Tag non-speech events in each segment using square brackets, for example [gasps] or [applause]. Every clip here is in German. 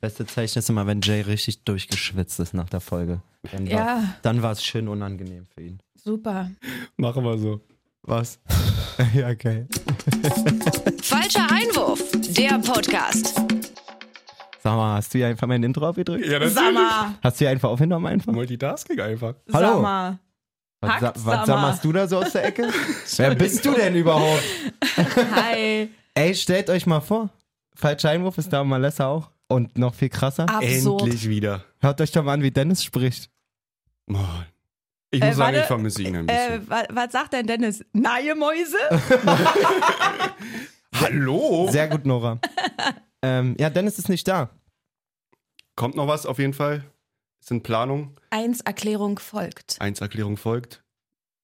Beste Zeichen ist immer, wenn Jay richtig durchgeschwitzt ist nach der Folge. Dann war, Ja, dann war es schön unangenehm für ihn. super. Machen wir so. Was? [laughs] ja, okay. Falscher Einwurf, der Podcast. Sag mal, hast du hier einfach mein Intro aufgedrückt? Ja, das Sama, Hast du hier einfach aufgenommen einfach? Multitasking einfach. Hallo. Sama. Was, sa Hackt, was Sammer. sammelst du da so aus der Ecke? Wer bist du denn überhaupt? Hi. Ey, stellt euch mal vor. Falscher Einwurf ist da und Malessa auch. Und noch viel krasser. Absurd. Endlich wieder. Hört euch doch mal an, wie Dennis spricht. Mann. Ich Äh, muss sagen, warte, ich vermisse ihn ein Äh, bisschen. wa- was sagt denn Dennis? Neue Mäuse? äh, Hallo? Sehr gut, Nora. ähm, ja, Dennis ist nicht da. Kommt noch was auf jeden Fall. Ist in Planung. Eins Erklärung folgt. Eins Erklärung folgt.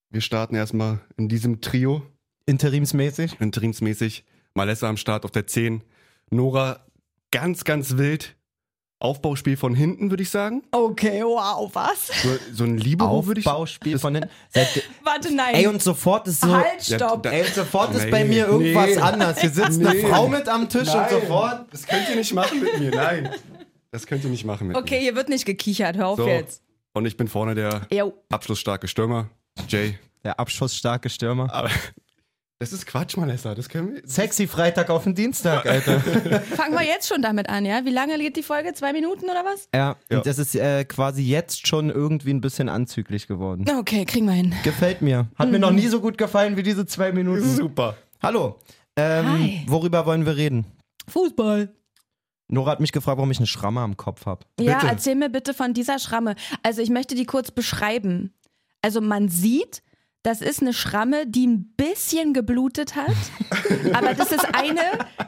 Wir starten erstmal in diesem Trio, Interimsmäßig. interimsmäßig. Malessa am Start auf der 10. Nora ganz, ganz wild. Aufbauspiel von hinten, würde ich sagen. Okay, wow, was? So, so ein Libero, würde ich Aufbauspiel von hinten. Seit, Warte, nein. ey, und sofort ist so. halt, Ja, stopp. da- Ey, und sofort ist bei Nee, mir irgendwas nee. anders. Hier sitzt eine Nee. Frau mit am Tisch und sofort. Das könnt ihr nicht machen mit mir, nein. Das könnt ihr nicht machen mit okay, mir. hier wird nicht gekichert, hör auf So. jetzt. Und ich bin vorne der Jo. abschlussstarke Stürmer, Jay. Der abschussstarke Stürmer. Aber [laughs] das ist Quatsch, Malessa. Das können wir. Sexy Freitag auf den Dienstag, Alter. Fangen wir jetzt schon damit an, ja? Wie lange geht die Folge? Zwei Minuten oder was? ja, Ja. das ist äh, quasi jetzt schon irgendwie ein bisschen anzüglich geworden. [laughs] Okay, kriegen wir hin. Gefällt mir. Hat mir noch nie so gut gefallen wie diese zwei Minuten. Super. Hallo. Ähm, Hi. worüber wollen wir reden? Fußball. Nora hat mich gefragt, warum ich eine Schramme am Kopf habe. Ja, Bitte. erzähl mir bitte von dieser Schramme. Also ich möchte die kurz beschreiben. Also man sieht, das ist eine Schramme, die ein bisschen geblutet [laughs] hat, aber das ist eine,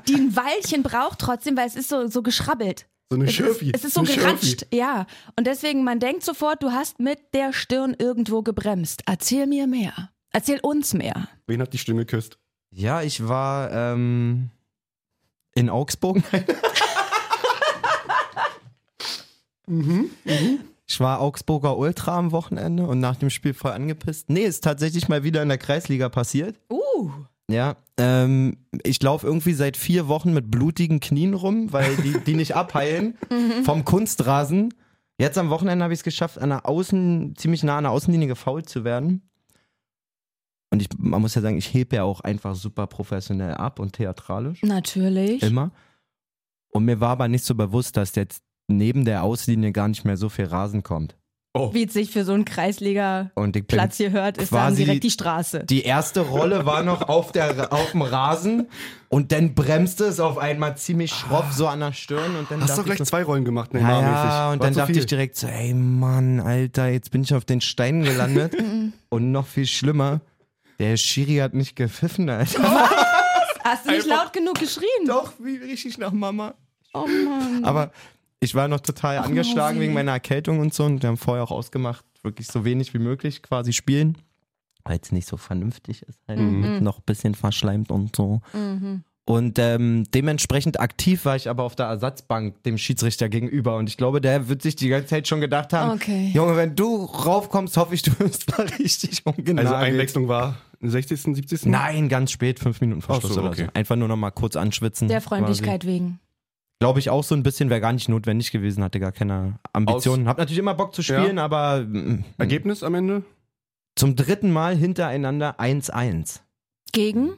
die ein Weilchen braucht trotzdem, weil es ist so, so geschrabbelt. So eine Es ist, Schürfi. es ist so eine Schürfi. geratscht, ja. Und deswegen, man denkt sofort, du hast mit der Stirn irgendwo gebremst. Erzähl mir mehr. Erzähl uns mehr. Wen hat die Stimme geküsst? Ja, ich war ähm, in Augsburg. [laughs] Ich war Augsburger Ultra am Wochenende und nach dem Spiel voll angepisst. Nee, ist tatsächlich mal wieder in der Kreisliga passiert. Uh. Ja, ähm, ich laufe irgendwie seit vier Wochen mit blutigen Knien rum, weil die, die nicht abheilen vom Kunstrasen. Jetzt am Wochenende habe ich es geschafft, an der Außen, ziemlich nah an der Außenlinie gefault zu werden. Und ich, man muss ja sagen, ich hebe ja auch einfach super professionell ab und theatralisch. Natürlich. Immer. Und mir war aber nicht so bewusst, dass jetzt neben der Außenlinie gar nicht mehr so viel Rasen kommt. Wie es sich für so einen Kreisliga-Platz Und ich bin hier hört, ist dann quasi direkt die Straße. Die erste Rolle war noch auf, der, auf dem Rasen und dann bremste es auf einmal ziemlich schroff so an der Stirn und dann Hast dachte doch gleich ich so, zwei Rollen gemacht, ja, Neymar-mäßig. ja, und War dann zu dachte viel. ich direkt so, ey Mann, Alter, jetzt bin ich auf den Steinen [laughs] gelandet und noch viel schlimmer, der Schiri hat nicht gepfiffen, Alter. Hast du nicht laut genug geschrien? Doch, wie richtig nach Mama. Oh Mann. Aber ich war noch total angeschlagen wegen meiner Erkältung und so und wir haben vorher auch ausgemacht, wirklich so wenig wie möglich quasi spielen, weil es nicht so vernünftig ist, halt Mhm. mit noch ein bisschen verschleimt und so. Und ähm, dementsprechend aktiv war ich aber auf der Ersatzbank dem Schiedsrichter gegenüber und ich glaube, der wird sich die ganze Zeit schon gedacht haben, Okay. Junge, wenn du raufkommst, hoffe ich, du wirst mal [laughs] richtig umgenagelt. Also Einwechslung war im 60., 70. Nein, ganz spät, fünf Minuten vor Ach Schluss so, oder so. okay. Einfach nur noch mal kurz anschwitzen. Der quasi. Freundlichkeit wegen. Glaube ich auch so ein bisschen, wäre gar nicht notwendig gewesen, hatte gar keine Ambitionen. Hab natürlich immer Bock zu spielen, aber mm, Ergebnis am Ende? zum dritten Mal hintereinander 1-1. Gegen?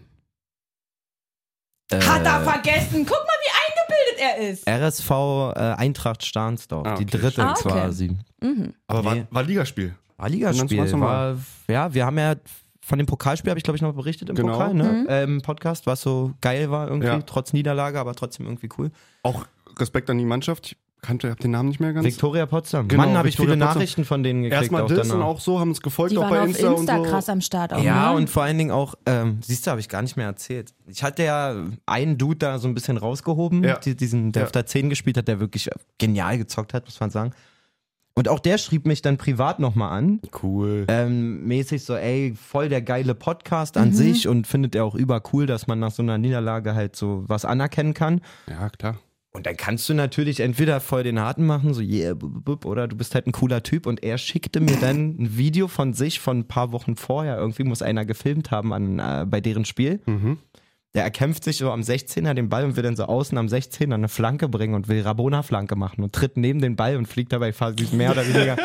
Äh. Hat er vergessen. Guck mal, wie eingebildet er ist. RSV äh, Eintracht Stahnsdorf, Ah, okay. die dritte Ah, okay. quasi. Mhm. Aber Nee. war, war Ligaspiel. War Und Ligaspiel. ganz normal. War, ja, wir haben ja von dem Pokalspiel, habe ich glaube ich noch berichtet im Genau. Pokal, ne? Mhm. Äh, Im Podcast, was so geil war irgendwie, Ja. trotz Niederlage, aber trotzdem irgendwie cool. Auch Respekt an die Mannschaft. Ich kannte, hab den Namen nicht mehr ganz. Viktoria Potsdam. Genau, Mann, habe ich viele Viktoria Potsdam. Nachrichten von denen gekriegt. Erstmal auch das danach. und auch so haben uns gefolgt, Die auch bei waren auf Insta, Insta und so. krass am Start auch. Ja, ne? und vor allen Dingen auch, ähm, siehst du, habe ich gar nicht mehr erzählt. Ich hatte ja einen Dude da so ein bisschen rausgehoben, Ja. die, diesen, der Ja. auf der 10 gespielt hat, der wirklich genial gezockt hat, muss man sagen. Und auch der schrieb mich dann privat nochmal an, Cool. ähm, mäßig so, ey, voll der geile Podcast Mhm. an sich und findet er auch übercool, dass man nach so einer Niederlage halt so was anerkennen kann. Ja, klar. Und dann kannst du natürlich entweder voll den Harten machen, so yeah, bub, bub, oder du bist halt ein cooler Typ. Und er schickte mir dann ein Video von sich von ein paar Wochen vorher. Irgendwie muss einer gefilmt haben an, äh, bei deren Spiel. Der erkämpft sich so am 16er den Ball und will dann so außen am 16er eine Flanke bringen und will Rabona-Flanke machen und tritt neben den Ball und fliegt dabei fast mehr oder weniger.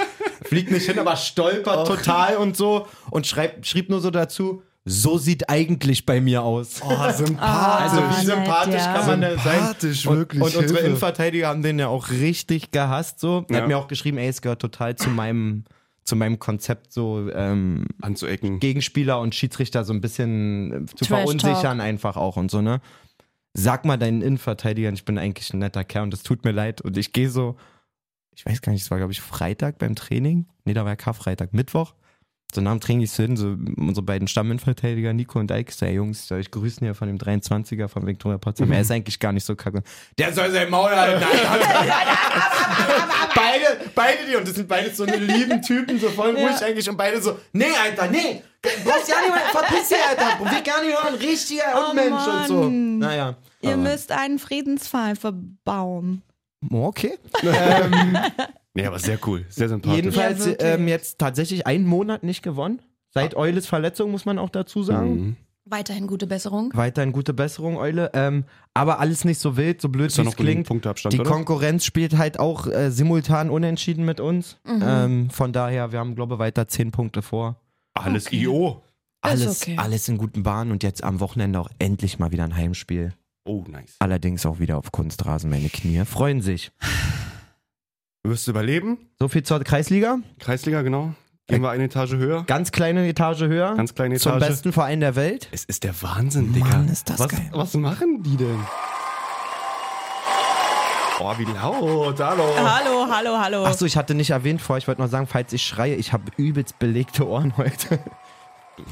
fliegt nicht hin, aber stolpert total und so und schreibt, schrieb nur so dazu. So sieht eigentlich bei mir aus. Oh, sympathisch. Also wie nett, sympathisch ja. kann man da sein? Sympathisch, und, wirklich, Und unsere Hilfe. Innenverteidiger haben den ja auch richtig gehasst. So. Er Ja. hat mir auch geschrieben, ey, es gehört total zu meinem, zu meinem Konzept, so ähm, Anzuecken. Gegenspieler und Schiedsrichter so ein bisschen äh, zu Trash verunsichern einfach auch und so, ne? Sag mal deinen Innenverteidigern, ich bin eigentlich ein netter Kerl und das tut mir leid. Und ich gehe so, ich weiß gar nicht, es war, glaube ich, Freitag beim Training. Nee, da war ja Karfreitag, Mittwoch. So nach dem Training gehst du hin, so unsere beiden Stamminnenverteidiger, Nico und Ike, so, ey Jungs, soll ich grüßen hier von dem 23er von Viktoria Potsdam. Er ist eigentlich gar nicht so kacke. Mhm. Der soll sein Maul halten. Alter. [laughs] beide, beide die, und das sind beides so eine lieben Typen, so voll ruhig eigentlich, und beide so, nee, Alter, nee, brauchst ja nicht mehr, verpiss dich, Alter, wir gar nicht hören, richtiger Oh, Unmensch und so. Mann. Naja. Ihr aber- müsst einen Friedensfall verbauen. Oh, Okay. Nee, aber sehr cool. Sehr sympathisch. Jedenfalls Ja, wirklich. ähm, jetzt tatsächlich einen Monat nicht gewonnen. Seit Eules Verletzung, muss man auch dazu sagen. Mhm. Weiterhin gute Besserung. Weiterhin gute Besserung, Eule. Ähm, aber alles nicht so wild, so blöd, da wie es noch genügend klingt. Punkteabstand, Die oder? Konkurrenz spielt halt auch äh, simultan unentschieden mit uns. Mhm. Ähm, von daher, wir haben, glaube ich, weiter zehn Punkte vor. Alles I.O. Ist Alles, okay. alles in guten Bahnen und jetzt am Wochenende auch endlich mal wieder ein Heimspiel. Oh, nice. Allerdings auch wieder auf Kunstrasen, meine Knie. Freuen sich. Du wirst überleben. So viel zur Kreisliga. Kreisliga, genau. Gehen wir eine Etage höher. Ganz kleine Etage höher. Ganz kleine Zum Etage. besten Verein der Welt. Es ist der Wahnsinn, Digga. Mann, ist das was, geil. was machen die denn? Oh, wie laut. Hallo. Hallo, hallo, hallo. Achso, ich hatte nicht erwähnt vorher. Ich wollte nur sagen, falls ich schreie, ich habe übelst belegte Ohren heute.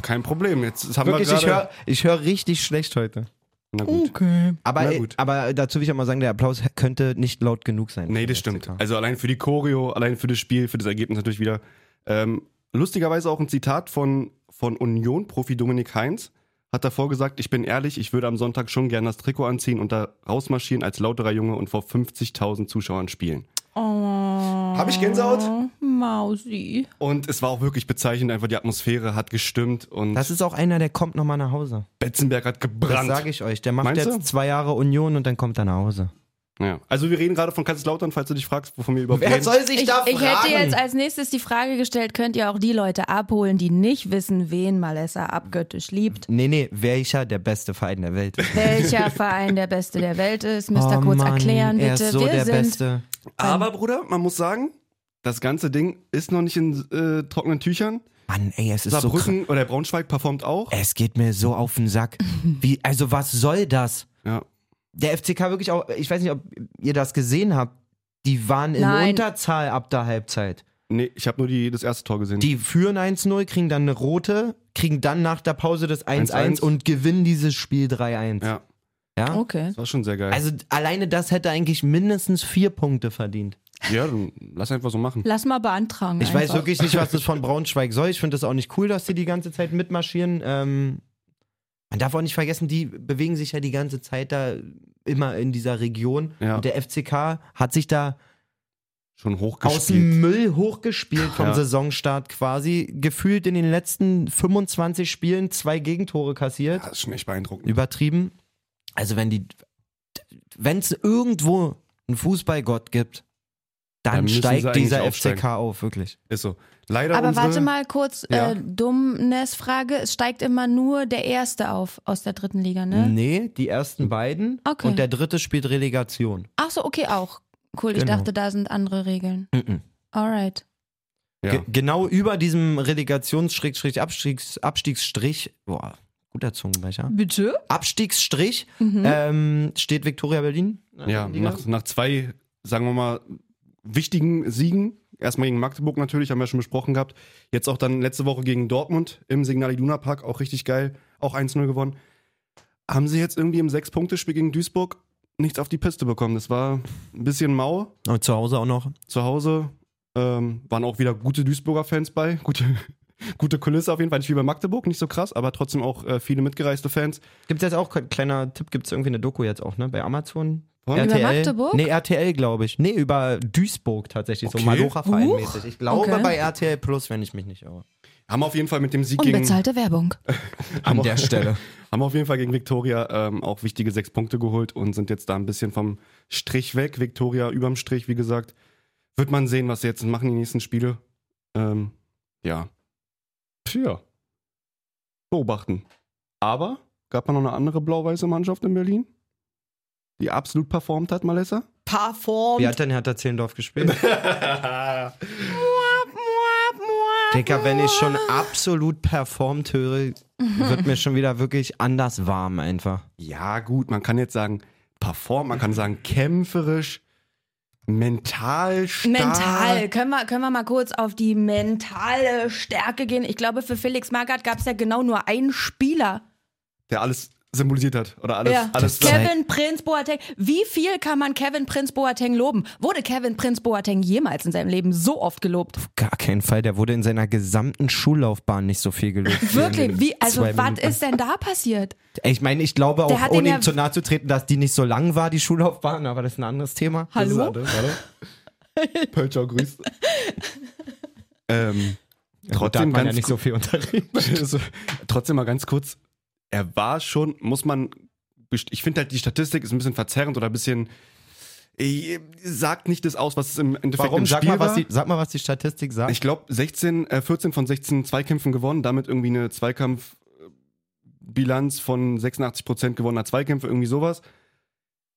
Kein Problem. Jetzt haben Wirklich, wir ich gerade... höre ich hör Uh. richtig schlecht heute. Na gut. Aber, Na gut. aber dazu will ich auch mal sagen, der Applaus könnte nicht laut genug sein. Nee, das stimmt. Also allein für die Choreo, allein für das Spiel, für das Ergebnis natürlich wieder. Ähm, lustigerweise auch ein Zitat von, von Union-Profi Dominik Heinz. Hat davor gesagt, ich bin ehrlich, ich würde am Sonntag schon gerne das Trikot anziehen und da rausmarschieren als lauterer Junge und vor 50.000 Zuschauern spielen. Oh. Hab ich Gänsehaut? Mausi. Und es war auch wirklich bezeichnend, einfach die Atmosphäre hat gestimmt und Das ist auch einer, der kommt nochmal nach Hause. Betzenberg hat Das gebrannt. sage ich euch. Der macht Meinst jetzt du? zwei Jahre Union und dann kommt er nach Hause. Ja. Also wir reden gerade von Kaiserslautern, falls du dich fragst, wovon wir überhaupt reden. sich Ich, ich hätte jetzt als nächstes die Frage gestellt, könnt ihr auch die Leute abholen, die nicht wissen, wen Malessa abgöttisch liebt? Nee, nee, welcher der beste Verein der Welt ist. Welcher Verein der Beste der Welt ist? Müsst ihr Oh kurz Mann, erklären, bitte. Er ist so Wir der sind Beste. Aber Bruder, man muss sagen, das ganze Ding ist noch nicht in äh, trockenen Tüchern. Mann, ey, es ist so krass. Saarbrücken oder Braunschweig performt auch. Es geht mir so auf [laughs] den Sack. Wie, also was soll das? Ja. Der FCK wirklich auch, ich weiß nicht, ob ihr das gesehen habt, die waren in Nein. Unterzahl ab der Halbzeit. Nee, ich habe nur die, das erste Tor gesehen. Die führen 1-0, kriegen dann eine rote, kriegen dann nach der Pause das 1-1 1-1. und gewinnen dieses Spiel 3-1. Ja, Ja? Okay. das war schon sehr geil. Also alleine das hätte eigentlich mindestens vier Punkte verdient. ja, dann lass einfach so machen. Lass mal beantragen. Ich einfach. weiß wirklich nicht, was das von Braunschweig soll. Ich finde das auch nicht cool, dass die die ganze Zeit mitmarschieren. Ähm, man darf auch nicht vergessen, die bewegen sich ja die ganze Zeit da immer in dieser Region. Ja. Und der FCK hat sich da Schon aus dem hochgespielt. Müll hochgespielt vom Ja. Saisonstart quasi. Gefühlt in den letzten 25 Spielen zwei Gegentore kassiert. Das ist schon echt beeindruckend. übertrieben. Also wenn die, wenn es irgendwo einen Fußballgott gibt, Dann dann müssen sie steigt eigentlich dieser aufsteigen. FCK auf, wirklich. Ist so. Leider Aber unsere, warte mal kurz, Ja. äh, Dummness-Frage. Es steigt immer nur der Erste auf aus der dritten Liga, ne? Nee, die ersten beiden Okay. und der dritte spielt Relegation. Ach so, okay, auch. Cool, ich Genau. dachte, da sind andere Regeln. Alright. Ja. Ge genau über diesem Relegations-Abstiegsstrich, Abstiegsstrich, boah, guter Zungenbrecher. Bitte? Abstiegsstrich ähm, steht Viktoria Berlin. äh, Ja, Liga. nach, nach zwei, sagen wir mal, wichtigen Siegen. Erstmal gegen Magdeburg natürlich, haben wir schon besprochen gehabt. Jetzt auch dann letzte Woche gegen Dortmund im Signal Iduna Park, auch richtig geil, auch 1-0 gewonnen. Haben sie jetzt irgendwie im Sechs-Punkte-Spiel gegen Duisburg nichts auf die Piste bekommen. Das war ein bisschen mau. Und zu Hause auch noch. zu Hause ähm, waren auch wieder gute Duisburger Fans bei, gute, [laughs] gute Kulisse auf jeden Fall, nicht wie bei Magdeburg, nicht so krass, aber trotzdem auch äh, viele mitgereiste Fans. Gibt es jetzt auch, kleiner Tipp, gibt es irgendwie eine Doku jetzt auch, ne? Bei Amazon? Von? Über Magdeburg? Nee, RTL, glaube ich. Nee, über Duisburg tatsächlich, so Okay. Malocha-Verein-mäßig. Ich glaube Okay. bei RTL Plus, wenn ich mich nicht irre. Haben auf jeden Fall mit dem Sieg gegen, Unbezahlte Werbung. An auch- der Stelle. [laughs] haben auf jeden Fall gegen Viktoria ähm, auch wichtige sechs Punkte geholt und sind jetzt da ein bisschen vom Strich weg. Viktoria überm Strich, wie gesagt. Wird man sehen, was sie jetzt machen, die nächsten Spiele. Ähm, ja. Tja. Beobachten. Aber gab man noch eine andere blau-weiße Mannschaft in Berlin, die absolut performt hat, Malessa? Perform. Wie hat denn Hertha Zehlendorf [laughs] gespielt? Digga, wenn ich schon absolut performt höre, wird mir schon wieder wirklich anders warm einfach. Ja, gut, man kann jetzt sagen, performt, man kann sagen, kämpferisch, mental stark. Mental. Können wir, können wir mal kurz auf die mentale Stärke gehen? Ich glaube, für Felix Magath gab es ja genau nur einen Spieler. Der alles symbolisiert hat. Oder alles, ja. alles Kevin Prinz Boateng. Wie viel kann man Kevin Prinz Boateng loben? Wurde Kevin Prinz Boateng jemals in seinem Leben so oft gelobt? Gar keinen Fall. Der wurde in seiner gesamten Schullaufbahn nicht so viel gelobt. wie in Wirklich? den Wie, also, zwei was Minuten. ist denn da passiert? Ich meine, ich glaube Der auch, hat den ohne ja- ihm zu nahe zu treten, dass die nicht so lang war, die Schullaufbahn, aber das ist ein anderes Thema. Hallo? Das ist alles- [laughs] Pölscher grüßt. ähm, da hat trotzdem, man ja ganz nicht so viel Unterricht. [laughs] so trotzdem mal ganz kurz. Er war schon, muss man. best- Ich finde halt, die Statistik ist ein bisschen verzerrend oder ein bisschen. eh, Sagt nicht das aus, was es im Endeffekt im Warum? Spiel Sag mal, war. was die, sag mal, was die Statistik sagt. Ich glaube, 16, äh, 14 von 16 Zweikämpfen gewonnen, damit irgendwie eine Zweikampfbilanz von 86% gewonnener Zweikämpfe, irgendwie sowas.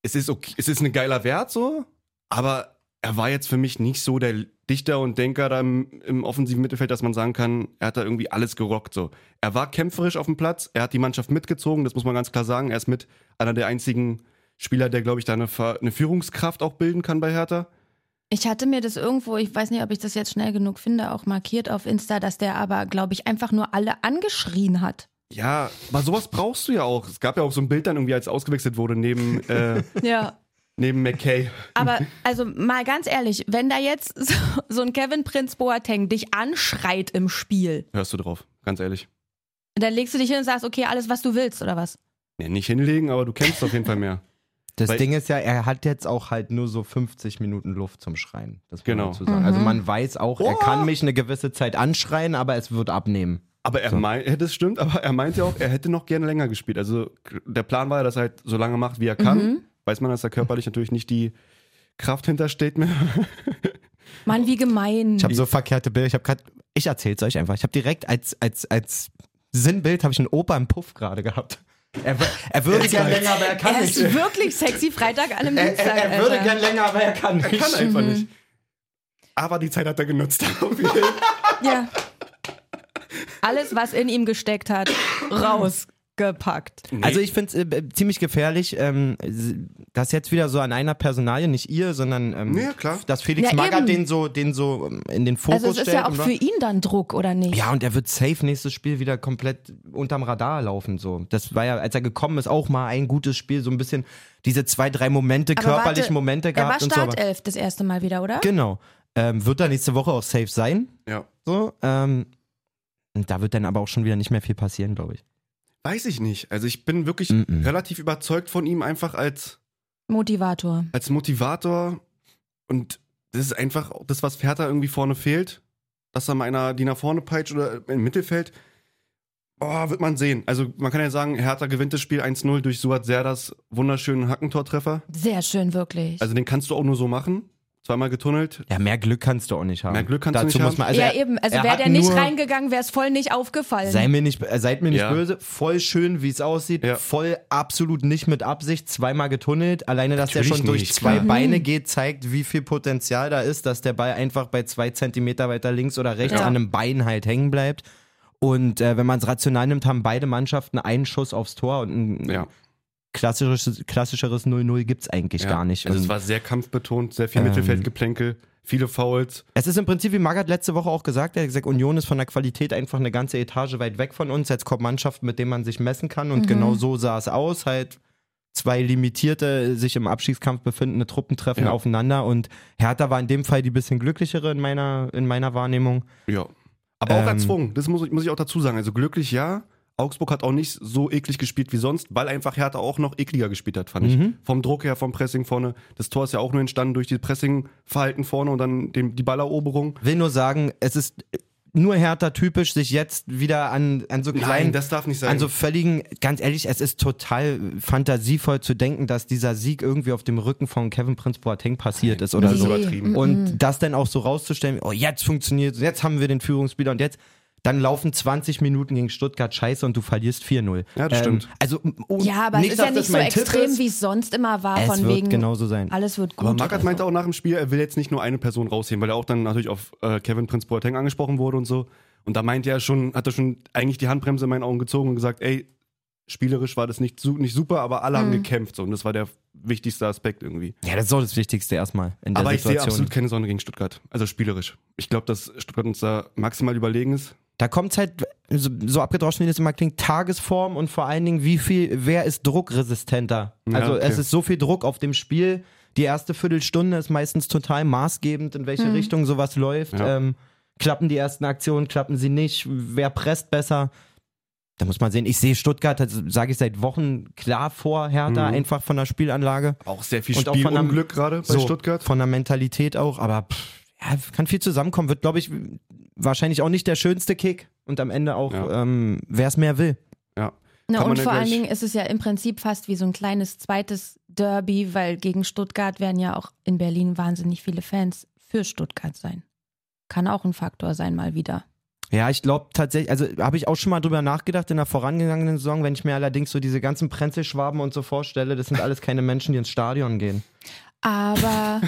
Es ist okay, es ist ein geiler Wert so, aber er war jetzt für mich nicht so der Dichter und Denker da im, im offensiven Mittelfeld, dass man sagen kann, er hat da irgendwie alles gerockt so. Er war kämpferisch auf dem Platz, er hat die Mannschaft mitgezogen, das muss man ganz klar sagen. Er ist mit einer der einzigen Spieler, der, glaube ich, da eine, Ver- eine Führungskraft auch bilden kann bei Hertha. Ich hatte mir das irgendwo, ich weiß nicht, ob ich das jetzt schnell genug finde, auch markiert auf Insta, dass der aber, glaube ich, einfach nur alle angeschrien hat. Ja, aber sowas brauchst du ja auch. Es gab ja auch so ein Bild dann irgendwie, als ausgewechselt wurde, neben, [laughs] äh, Ja. neben McKay. [laughs] Aber also mal ganz ehrlich, wenn da jetzt [laughs] so, so ein Kevin Prinz Boateng dich anschreit im Spiel, Hörst du drauf, ganz ehrlich. dann legst du dich hin und sagst, okay, alles, was du willst, oder was? Ja, nicht hinlegen, aber du kämpfst auf jeden Fall mehr. Das Weil- Ding ist ja, er hat jetzt auch halt nur so 50 Minuten Luft zum Schreien. Das muss Genau. man dazu sagen. Also Mhm. man weiß auch, er Oh! kann mich eine gewisse Zeit anschreien, aber es wird abnehmen. Aber er meint, ja, das stimmt, aber er meint ja auch, er hätte noch gerne länger gespielt. Also k- der Plan war ja, dass er halt so lange macht, wie er kann. Weiß man, dass da körperlich natürlich nicht die Kraft hintersteht mehr. Mann, wie gemein. Ich habe so verkehrte Bilder. Ich habe gerade, ich erzähl's euch einfach. Ich habe direkt als als als Sinnbild habe ich einen Opa im Puff gerade gehabt. Er, wür- er würde gern länger, aber er kann er nicht. ist wirklich sexy Freitag an einem Er, Dienstag. er, er würde Alter. gern länger, aber er kann nicht. Kann einfach nicht. Aber die Zeit hat er genutzt. [laughs] Ja. Alles, was in ihm gesteckt hat, rausgepackt. Also ich finde es äh, äh, ziemlich gefährlich, ähm, s- dass jetzt wieder so an einer Personalie, nicht ihr, sondern ähm, Ja, klar. dass Felix Ja, Magath eben. den so, den so ähm, in den Fokus Also es ist stellt. ja auch und für ihn dann Druck, oder nicht? ja, und er wird safe nächstes Spiel wieder komplett unterm Radar laufen. So. Das war ja, als er gekommen ist, auch mal ein gutes Spiel, so ein bisschen diese zwei, drei Momente, Aber körperliche warte, Momente Er war gehabt und so. aber- Startelf das erste Mal wieder, oder? Genau. Ähm, wird er nächste Woche auch safe sein. ja. So. Ähm, und da wird dann aber auch schon wieder nicht mehr viel passieren, glaube ich. Weiß ich nicht. Also ich bin wirklich Mhm. relativ überzeugt von ihm einfach als Motivator. als Motivator und das ist einfach auch das, was Hertha irgendwie vorne fehlt, dass da mal einer die nach vorne peitscht oder im Mittelfeld. Oh, wird man sehen. Also man kann ja sagen, Hertha gewinnt das Spiel 1-0 durch Suat Serdas wunderschönen Hackentortreffer. Sehr schön, wirklich. Also den kannst du auch nur so machen. Zweimal getunnelt. Ja, mehr Glück kannst du auch nicht haben. Mehr Glück kannst du Dazu nicht muss haben. Man, also ja, er- eben. Also er wäre hat der nicht nur- reingegangen, wäre es voll nicht aufgefallen. Sei mir nicht, äh, seid mir nicht Ja. böse, voll schön, wie es aussieht, Ja. voll absolut nicht mit Absicht, zweimal getunnelt. Alleine, dass der Natürlich schon durch nicht, zwei Mhm. klar. Beine geht, zeigt, wie viel Potenzial da ist, dass der Ball einfach bei zwei Zentimeter weiter links oder rechts Ja. an einem Bein halt hängen bleibt. Und äh, wenn man es rational nimmt, haben beide Mannschaften einen Schuss aufs Tor und ein Ja. klassisches, klassischeres 0-0 gibt es eigentlich ja. gar nicht. Also es Und- war sehr kampfbetont, sehr viel Ähm. Mittelfeldgeplänkel, viele Fouls. Es ist im Prinzip, wie Magath letzte Woche auch gesagt hat, er hat gesagt, Union ist von der Qualität einfach eine ganze Etage weit weg von uns. Jetzt kommt Mannschaften, mit denen man sich messen kann. Und genau so sah es aus. Halt zwei limitierte, sich im Abschiedskampf befindende Truppen treffen Ja. aufeinander. Und Hertha war in dem Fall die bisschen glücklichere in meiner, in meiner Wahrnehmung. Ja. Aber auch Ähm. erzwungen, das muss, ich- muss ich auch dazu sagen. Also glücklich ja. Augsburg hat auch nicht so eklig gespielt wie sonst, weil einfach Hertha auch noch ekliger gespielt hat, fand Mhm. ich. Vom Druck her, vom Pressing vorne. Das Tor ist ja auch nur entstanden durch die Pressing-Verhalten vorne und dann den, die Balleroberung. Will nur sagen, es ist nur Hertha typisch sich jetzt wieder an, an so kleinen Nein, das darf nicht sein. also völligen, ganz ehrlich, es ist total fantasievoll zu denken, dass dieser Sieg irgendwie auf dem Rücken von Kevin Prince Boateng passiert ist oder das ist so. übertrieben. Mhm. Und das dann auch so rauszustellen, oh, jetzt funktioniert jetzt haben wir den Führungsspieler und jetzt dann laufen 20 Minuten gegen Stuttgart scheiße und du verlierst 4-0. Ja, das stimmt. Also, oh, Ja, aber nicht, es ist ja dass das nicht so mein Tipp extrem, ist. wie es sonst immer war, Es von wird wegen. genauso sein. Alles wird gut. Aber Magath oder meinte so. auch nach dem Spiel, er will jetzt nicht nur eine Person rausheben, weil er auch dann natürlich auf äh, Kevin Prince Boateng angesprochen wurde und so. Und da meinte er schon, hat er schon eigentlich die Handbremse in meinen Augen gezogen und gesagt, ey, spielerisch war das nicht, su nicht super, aber alle haben gekämpft so. Und das war der wichtigste Aspekt irgendwie. Ja, das ist auch das Wichtigste erstmal in der aber ich sehe Situation. absolut keine Sonne gegen Stuttgart. Also spielerisch. Ich glaube, dass Stuttgart uns da maximal überlegen ist. Da kommt es halt, so, so abgedroschen wie das immer klingt, Tagesform und vor allen Dingen, wie viel, wer ist druckresistenter? Ja, also okay. es ist so viel Druck auf dem Spiel. Die erste Viertelstunde ist meistens total maßgebend, in welche Richtung sowas läuft. Ja. Ähm, klappen die ersten Aktionen, klappen sie nicht, wer presst besser? Da muss man sehen, ich sehe Stuttgart, das sage ich seit Wochen klar vor Hertha, Mhm. einfach von der Spielanlage. Auch sehr viel Und auch von einem- Spielunglück gerade bei Stuttgart. Von der Mentalität auch, aber pff, ja, kann viel zusammenkommen. Wird, glaube ich, wahrscheinlich auch nicht der schönste Kick und am Ende auch, Ja. ähm, wer es mehr will. Ja. Na, Kann man und ja vor allen gleich- Dingen ist es ja im Prinzip fast wie so ein kleines zweites Derby, weil gegen Stuttgart werden ja auch in Berlin wahnsinnig viele Fans für Stuttgart sein. Kann auch ein Faktor sein, mal wieder. Ja, ich glaube tatsächlich, also habe ich auch schon mal drüber nachgedacht in der vorangegangenen Saison, wenn ich mir allerdings so diese ganzen Prenzelschwaben und so vorstelle, das sind alles keine Menschen, die ins Stadion gehen. [laughs] Aber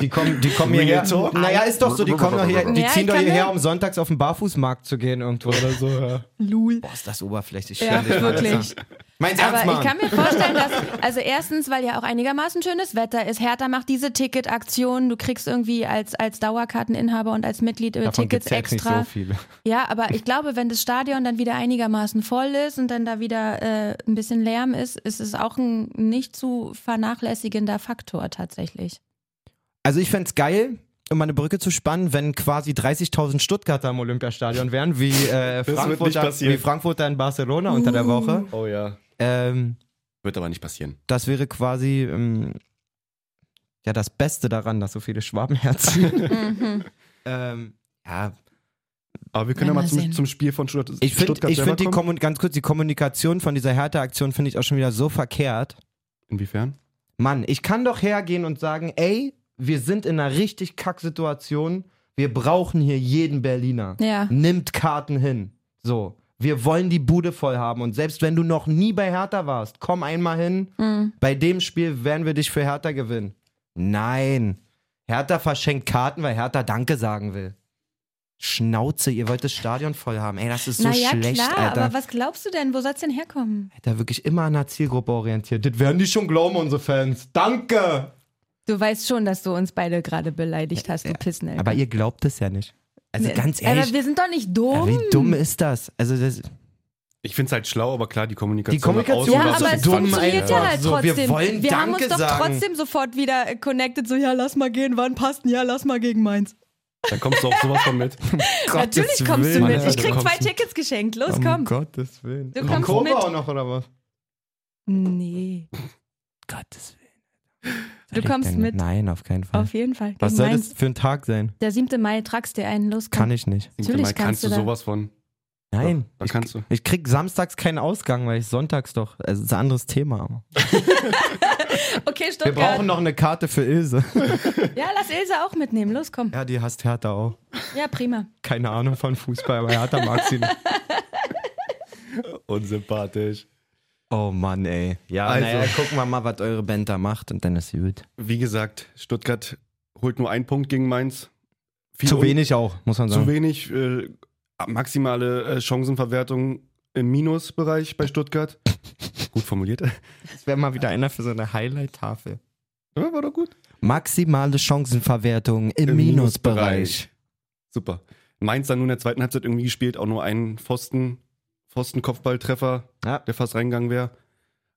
Die kommen, die kommen hierher. Real talk? Naja, ist doch so, die kommen doch hierher, die Ja, ziehen ich doch kann hierher, mir- um sonntags auf den Barfußmarkt zu gehen irgendwo oder so. Ja. Lul. Boah, ist das oberflächlich. Ja, stell dich mal wirklich. das an. Mein's Aber ernst, Mann. ich kann mir vorstellen, dass, also erstens, weil ja auch einigermaßen schönes Wetter ist, Hertha macht diese Ticketaktion, du kriegst irgendwie als, als Dauerkarteninhaber und als Mitglied äh, Davon Tickets gibt's ja jetzt nicht extra. so viele. Ja, aber ich glaube, wenn das Stadion dann wieder einigermaßen voll ist und dann da wieder äh, ein bisschen Lärm ist, ist es auch ein nicht zu vernachlässigender Faktor tatsächlich. Also ich fänd's geil, um eine Brücke zu spannen, wenn quasi 30.000 Stuttgarter im Olympiastadion wären, wie, [laughs] äh, wird nicht Frankfurter, passieren. wie Frankfurter in Barcelona unter der Woche. Oh ja. Ähm, Wird aber nicht passieren. das wäre quasi ähm, ja das Beste daran, dass so viele [laughs] Schwabenherzen. Mhm. ähm, ja, Aber wir können Ja, ja, mal mal zum, sehen. zum Spiel von Stutt ich finde Stuttgart ich selber find die kommen. Kommun ganz kurz die Kommunikation von dieser Hertha-Aktion finde ich auch schon wieder so verkehrt. Inwiefern? Mann, ich kann doch hergehen und sagen, ey, wir sind in einer richtig Kacksituation. Wir brauchen hier jeden Berliner. Ja. Nimmt Karten hin. So. Wir wollen die Bude voll haben. Und selbst wenn du noch nie bei Hertha warst, komm einmal hin. Hm. Bei dem Spiel werden wir dich für Hertha gewinnen. Nein. Hertha verschenkt Karten, weil Hertha Danke sagen will. Schnauze, ihr wollt das Stadion voll haben. Ey, das ist so naja, schlecht, klar, Alter. aber was glaubst du denn? Wo soll's denn herkommen? Alter, wirklich immer an der Zielgruppe orientiert. Das werden die schon glauben, unsere Fans. Danke! Du weißt schon, dass du uns beide gerade beleidigt hast, du Pissnell. Aber ihr glaubt es ja nicht. Also ganz Aber ehrlich, wir sind doch nicht ja, dumm. wie dumm ist das? Also das, Ich finde es halt schlau, aber klar, die Kommunikation. Die Kommunikation ja, dumm, aber es dumm, funktioniert Alter. ja halt So, wir trotzdem. wollen wir haben uns Danke doch sagen. trotzdem sofort wieder äh, connected, so ja, lass mal gehen, wann passt denn? Ja, lass mal gegen Mainz. Da kommst du auch sowas von mit. Gottes Natürlich kommst Willen, du mit. Alter, Ich du krieg kommst zwei mit. Tickets geschenkt. Los, Um komm. Gommgottes Willen. Du kommst Kurve mit. auch noch oder was? Nee, Gottes Willen. du kommst mit. Nein, auf keinen Fall. Auf jeden Fall. was Gegen soll Mainz. das für ein Tag sein? Der 7. Mai tragst dir einen, los, komm. Kann ich nicht. Natürlich Mal, kannst kannst du du da- sowas von. Nein. Da ich, kannst du. ich krieg samstags keinen Ausgang, weil ich sonntags doch. Also das ist ein anderes Thema. [laughs] Okay, Wir Stuttgart. brauchen noch eine Karte für Ilse. Ja, lass Ilse auch mitnehmen, los, komm. [laughs] ja, die hasst Hertha auch. Ja, prima. Keine Ahnung von Fußball, aber Hertha mag sie nicht. Unsympathisch. [laughs] Oh Mann, ey. Ja, Also. naja, gucken wir mal, was eure Band da macht und dann ist gut. Wie gesagt, Stuttgart holt nur einen Punkt gegen Mainz. Viel Zu un- wenig auch, muss man sagen. Zu wenig. Äh, maximale äh, Chancenverwertung im Minusbereich [laughs] bei Stuttgart. gut formuliert. [laughs] Das wäre mal wieder einer für so eine Highlight-Tafel. Ja, war doch gut. Maximale Chancenverwertung im, Im Minusbereich. Super. Mainz dann nun in der zweiten Halbzeit irgendwie gespielt, auch nur einen Pfosten, Pfosten-Kopfballtreffer, Ja. der fast reingegangen wäre.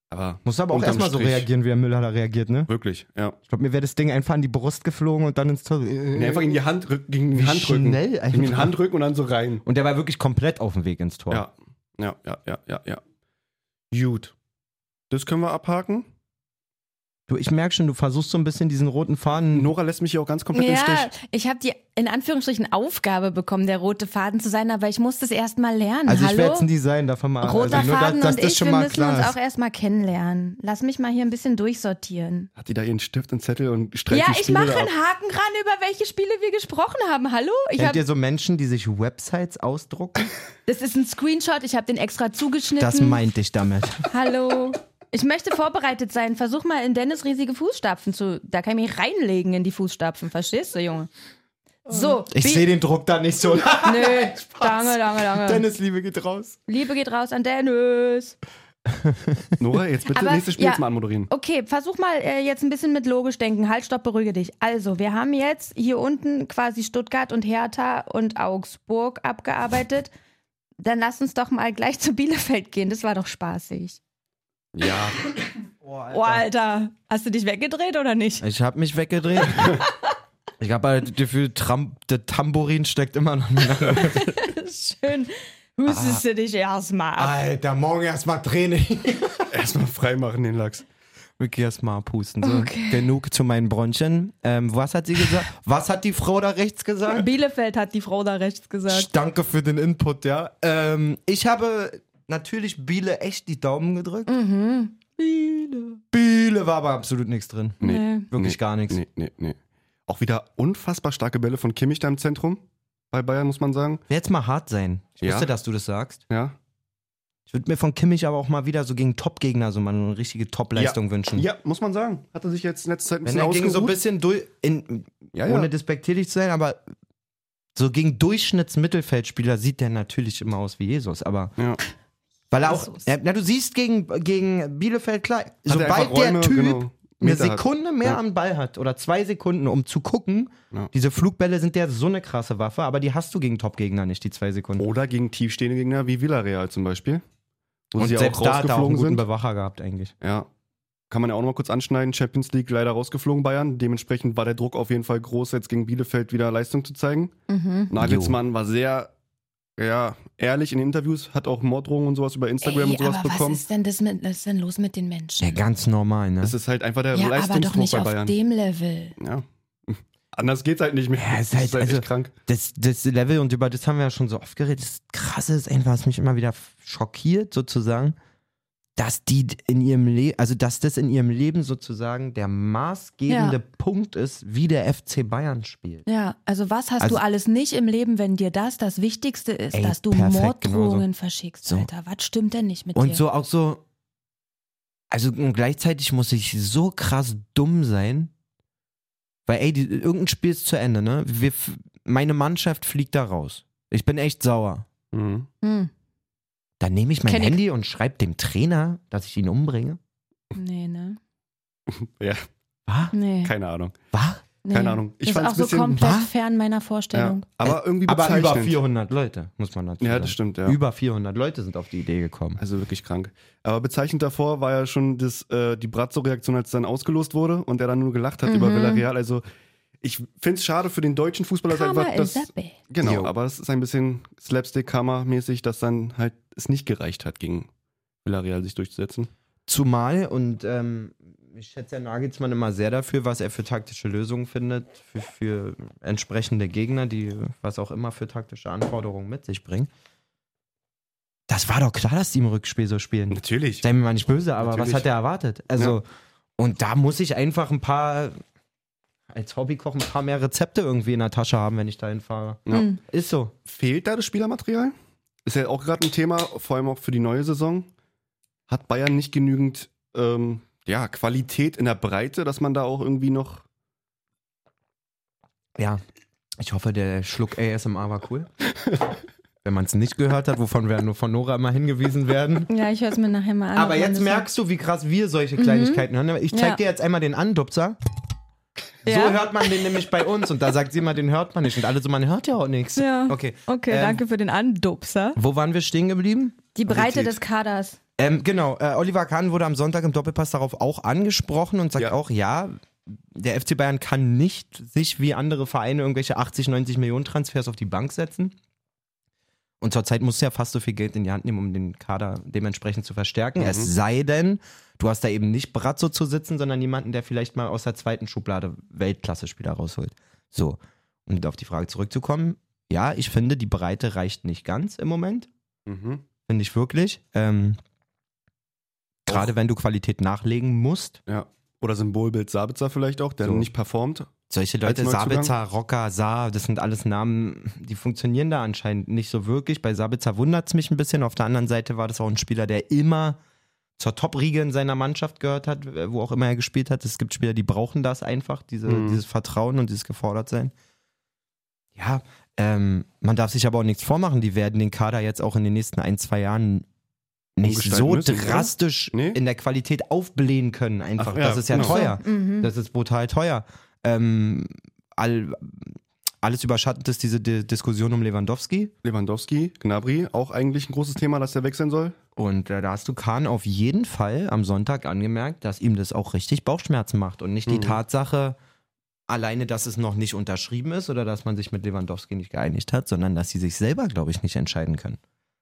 Aber Muss aber auch unterm erstmal so Strich- reagieren, wie Herr Müller da reagiert, ne? Wirklich, ja. Ich glaube, mir wäre das Ding einfach an die Brust geflogen und dann ins Tor. Äh, Nee, einfach in die Hand, rück- gegen den Wie Handrücken. schnell gegen den einfach. Handrücken und dann so rein. Und der war wirklich komplett auf dem Weg ins Tor. Ja, ja, ja, ja, ja, ja. Gut. Das können wir abhaken. Du, ich merke schon, du versuchst so ein bisschen diesen roten Faden. Nora lässt mich hier auch ganz komplett im Ja, Stich. ich habe die in Anführungsstrichen Aufgabe bekommen, der rote Faden zu sein, aber ich musste es erstmal lernen. Also ich werde Hallo? jetzt ein Design davon machen. Roter also nur, Faden dass, dass und das ich, schon wir mal müssen uns klar auch ist. erstmal kennenlernen. Lass mich mal hier ein bisschen durchsortieren. Hat die da ihren Stift und Zettel und streicht ja, die ich Spiele mache ab. einen Haken ran, über welche Spiele wir gesprochen haben. Hallo? Ich hab, Kennt ihr so Menschen, die sich Websites [laughs] ausdrucken? das ist ein Screenshot, ich habe den extra zugeschnitten. Das meinte ich damit. Hallo. Ich möchte vorbereitet sein. Versuch mal in Dennis riesige Fußstapfen zu. Da kann ich mich reinlegen in die Fußstapfen. Verstehst du, Junge? So. Ich wie- sehe den Druck da nicht [laughs] so. [laughs] Nö, lange, lange, lange. Dennis, Liebe geht raus. Liebe geht raus an Dennis. Nora, jetzt bitte Aber- nächstes Spiel ja. jetzt mal anmoderieren. Okay, versuch mal äh, jetzt ein bisschen mit logisch denken. Halt, stopp, beruhige dich. Also, wir haben jetzt hier unten quasi Stuttgart und Hertha und Augsburg abgearbeitet. Dann lass uns doch mal gleich [laughs] zu Bielefeld gehen. Das war doch spaßig. Ja. Oh, Alter. Hast du dich weggedreht oder nicht? Ich habe mich [laughs] weggedreht. Ich habe halt das Gefühl, Tram der Tambourin steckt immer noch mit. Schön. Hustest du dich erstmal ab. Alter, morgen erstmal Training. Erstmal freimachen den Lachs. Wirklich erstmal pusten. So. Genug zu meinen Bronchien. Ähm, was hat sie gesagt? Was hat die Frau da rechts Ah. gesagt? Bielefeld hat die Frau da rechts gesagt. Danke für den Input, ja. Ähm, ich habe natürlich Biele echt die Daumen gedrückt. Biele. Biele war aber absolut nichts drin. Nee. Wirklich gar nichts. Nee, nee, nee. Auch wieder unfassbar starke Bälle von Kimmich da im Zentrum. Bei Bayern muss man sagen. Jetzt mal hart sein. Ich Ja. wusste, dass du das sagst. Ja. Ich würde mir von Kimmich aber auch mal wieder so gegen Top-Gegner so mal eine richtige Top-Leistung ja. wünschen. Ja, muss man sagen. Hat er sich jetzt in letzter Zeit ein Hm. Wenn bisschen er gegen so ein ausgeruht. bisschen durch, in, Ja, ja. ohne despektierlich zu sein, aber so gegen Durchschnittsmittelfeldspieler sieht der natürlich immer aus wie Jesus, aber Ja. weil er auch, ja, na du siehst gegen, gegen Bielefeld klar, er einfach sobald der Räume, Typ genau, eine Meter hat. Sekunde mehr Ja. am Ball hat oder zwei Sekunden, um zu gucken, Ja. diese Flugbälle sind ja so eine krasse Waffe, aber die hast du gegen Top-Gegner nicht, die zwei Sekunden. Oder gegen tiefstehende Gegner wie Villarreal zum Beispiel. Wo sie ja auch selbst da hat er auch einen rausgeflogen guten sind. Bewacher gehabt eigentlich. Ja. Kann man ja auch noch mal kurz anschneiden. Champions League leider rausgeflogen, Bayern. Dementsprechend war der Druck auf jeden Fall groß, jetzt gegen Bielefeld wieder Leistung zu zeigen. Mhm. Nagelsmann war sehr ja, ehrlich in den Interviews, hat auch Morddrohungen und sowas über Instagram und sowas aber bekommen. was ist denn, das mit, was ist denn los mit den Menschen? Ja, ganz normal, ne? Es ist halt einfach der ja, aber doch Leistungsdruck nicht bei auf Bayern. dem Level. Ja. [laughs] Anders geht's halt nicht mehr. Ja, ist Das halt- also- echt krank. das, das Level, und über das haben wir ja schon so oft geredet, das Krasse ist einfach, was mich immer wieder schockiert, sozusagen, dass die in ihrem Leben, also dass das in ihrem Leben sozusagen der maßgebende Punkt ist, wie der FC Bayern spielt. Ja, also was hast Also- du alles nicht im Leben, wenn dir das das Wichtigste ist, Ey, dass du perfekt, Morddrohungen genauso. verschickst, So. Alter? Was stimmt denn nicht mit Und dir? so auch so, also und gleichzeitig muss ich so krass dumm sein, weil ey, die, irgendein Spiel ist zu Ende, ne? Wir, f- meine Mannschaft fliegt da raus. Ich bin echt sauer. Mhm. Hm. Dann nehme ich mein Kenn ich. Handy und schreibe dem Trainer, dass ich ihn umbringe. Nee, ne? Ja, Was? Nee. keine Ahnung. Was? nee. keine Ahnung. Ich das ist fand's auch so bisschen- komplett Was? fern meiner Vorstellung. Ja, aber irgendwie Äh, Aber über bezeichnend. 400 Leute, muss man dazu sagen. Ja, das stimmt, ja. Über 400 Leute sind auf die Idee gekommen. Also wirklich krank. Aber bezeichnend davor war ja schon das, äh, die Brazzo-Reaktion, als es dann ausgelost wurde und er dann nur gelacht hat Mhm. über Villarreal. Also ich finde es schade für den deutschen Fußball, dass Karma einfach is a das... bitch. Genau, Jo. aber es ist ein bisschen Slapstick-Karma-mäßig, dass dann halt es nicht gereicht hat, gegen Villarreal sich durchzusetzen. Zumal, und ähm, ich schätze Herrn Nagelsmann immer sehr dafür, was er für taktische Lösungen findet, für, für entsprechende Gegner, die was auch immer für taktische Anforderungen mit sich bringen. Das war doch klar, dass die im Rückspiel so spielen. Natürlich. Sei mir mal nicht böse, aber Natürlich. was hat er erwartet? Also, und da muss ich einfach ein paar, als Hobbykoch, ein paar mehr Rezepte irgendwie in der Tasche haben, wenn ich da hinfahre. Ja. Hm. Ist so. Fehlt da das Spielermaterial? Ist ja auch gerade ein Thema, vor allem auch für die neue Saison. Hat Bayern nicht genügend ähm, ja, Qualität in der Breite, dass man da auch irgendwie noch. Ja, ich hoffe, der Schluck ASMR war cool. Wenn man es nicht gehört hat, wovon wir nur von Nora immer hingewiesen werden. Ja, ich höre es mir nachher mal an. Aber ob man jetzt das- Mhm. merkst du, wie krass wir solche Kleinigkeiten hören. Ich zeig Ja. dir jetzt einmal den Andupser. So Ja. hört man den nämlich bei uns. Und da sagt sie immer, den hört man nicht. Und alle so, man hört ja auch nichts. Ja. Okay. Okay, Ähm, also danke für den Andupser. Wo waren wir stehen geblieben? Die Breite Qualität. des Kaders. Ähm, genau, äh, Oliver Kahn wurde am Sonntag im Doppelpass darauf auch angesprochen und sagt Ja. auch, ja, der FC Bayern kann nicht sich wie andere Vereine irgendwelche 80, 90 Millionen Transfers auf die Bank setzen. Und zurzeit musst du ja fast so viel Geld in die Hand nehmen, um den Kader dementsprechend zu verstärken. Es sei denn, du hast da eben nicht Brazzo zu sitzen, sondern jemanden, der vielleicht mal aus der zweiten Schublade Weltklasse-Spieler rausholt. So. Und auf die Frage zurückzukommen, ja, ich finde, die Breite reicht nicht ganz im Moment. Mhm. Finde ich wirklich. Ähm, Gerade wenn du Qualität nachlegen musst. Ja. Oder Symbolbild Sabitzer vielleicht auch, der So. nicht performt. Solche Leute, Neuzugang? Sabitzer, Rocker, Saar, das sind alles Namen, die funktionieren da anscheinend nicht so wirklich. Bei Sabitzer wundert es mich ein bisschen. Auf der anderen Seite war das auch ein Spieler, der immer zur Top-Riege in seiner Mannschaft gehört hat, wo auch immer er gespielt hat. Es gibt Spieler, die brauchen das einfach, diese, Mhm. dieses Vertrauen und dieses Gefordertsein. Ja, ähm, man darf sich aber auch nichts vormachen. Die werden den Kader jetzt auch in den nächsten ein, zwei Jahren nicht Umgestalten so müssen, oder? drastisch Nee? in der Qualität aufblähen können. Einfach, Ach ja, das ist ja genau. teuer. Mhm. Das ist brutal teuer. Ähm, all, alles überschattend ist diese Di Diskussion um Lewandowski. Lewandowski, Gnabry, auch eigentlich ein großes Thema, dass der wechseln soll. Und äh, da hast du Kahn auf jeden Fall am Sonntag angemerkt, dass ihm das auch richtig Bauchschmerzen macht und nicht die Mhm. Tatsache alleine, dass es noch nicht unterschrieben ist oder dass man sich mit Lewandowski nicht geeinigt hat, sondern dass sie sich selber, glaube ich, nicht entscheiden können.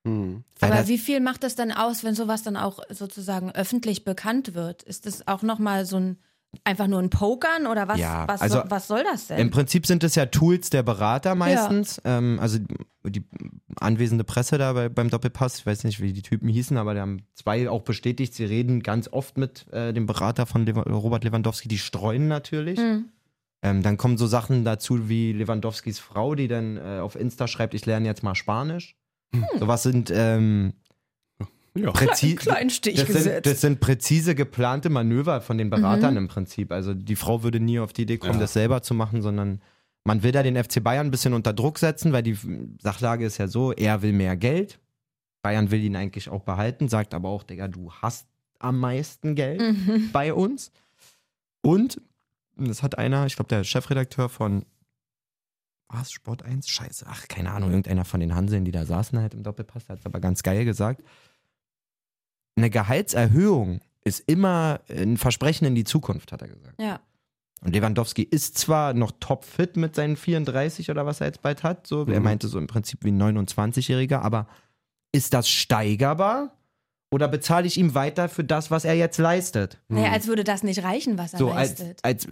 Mhm. Weil Aber das- wie viel macht das dann aus, wenn sowas dann auch sozusagen öffentlich bekannt wird? Ist das auch nochmal so ein, einfach nur ein Pokern oder was, Ja, was, also so, was soll das denn? Im Prinzip sind es ja Tools der Berater meistens. Ähm, also die, die anwesende Presse da bei, beim Doppelpass, ich weiß nicht, wie die Typen hießen, aber da haben zwei auch bestätigt, sie reden ganz oft mit äh, dem Berater von Lew Robert Lewandowski, die streuen natürlich. Mhm. Ähm, dann kommen so Sachen dazu wie Lewandowskis Frau, die dann äh, auf Insta schreibt, ich lerne jetzt mal Spanisch. Sowas sind ähm, Ja. präzise. Kleinen Stich Das sind, gesetzt. das sind präzise geplante Manöver von den Beratern im Prinzip. Also die Frau würde nie auf die Idee kommen, Ja. das selber zu machen, sondern man will da den FC Bayern ein bisschen unter Druck setzen, weil die Sachlage ist ja so, er will mehr Geld. Bayern will ihn eigentlich auch behalten, sagt aber auch, Digga, du hast am meisten Geld Mhm. bei uns. Und das hat einer, ich glaube, der Chefredakteur von war es Sport 1? Scheiße. Ach, keine Ahnung, irgendeiner von den Hanseln, die da saßen halt im Doppelpass, hat es aber ganz geil gesagt. Eine Gehaltserhöhung ist immer ein Versprechen in die Zukunft, hat er gesagt. Ja. Und Lewandowski ist zwar noch topfit mit seinen 34 oder was er jetzt bald hat, so, er Mhm. meinte so im Prinzip wie ein 29-Jähriger, aber ist das steigerbar oder bezahle ich ihm weiter für das, was er jetzt leistet? Hm. Naja, also als würde das nicht reichen, was er so als, leistet. als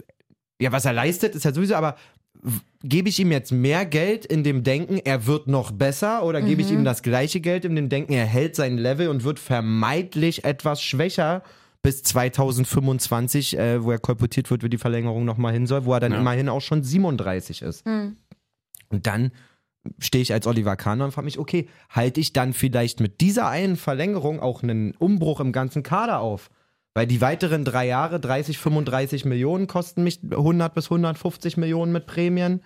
ja, was er leistet, ist ja sowieso, aber w- gebe ich ihm jetzt mehr Geld in dem Denken, er wird noch besser oder gebe Mhm. ich ihm das gleiche Geld in dem Denken, er hält sein Level und wird vermeintlich etwas schwächer bis 2025, äh, wo er kolportiert wird, wo die Verlängerung nochmal hin soll, wo er dann Ja. immerhin auch schon 37 ist. Hm. Und dann stehe ich als Oliver Kahn und frage mich, okay, halte ich dann vielleicht mit dieser einen Verlängerung auch einen Umbruch im ganzen Kader auf? Weil die weiteren drei Jahre, 30, 35 Millionen kosten mich 100 bis 150 Millionen mit Prämien.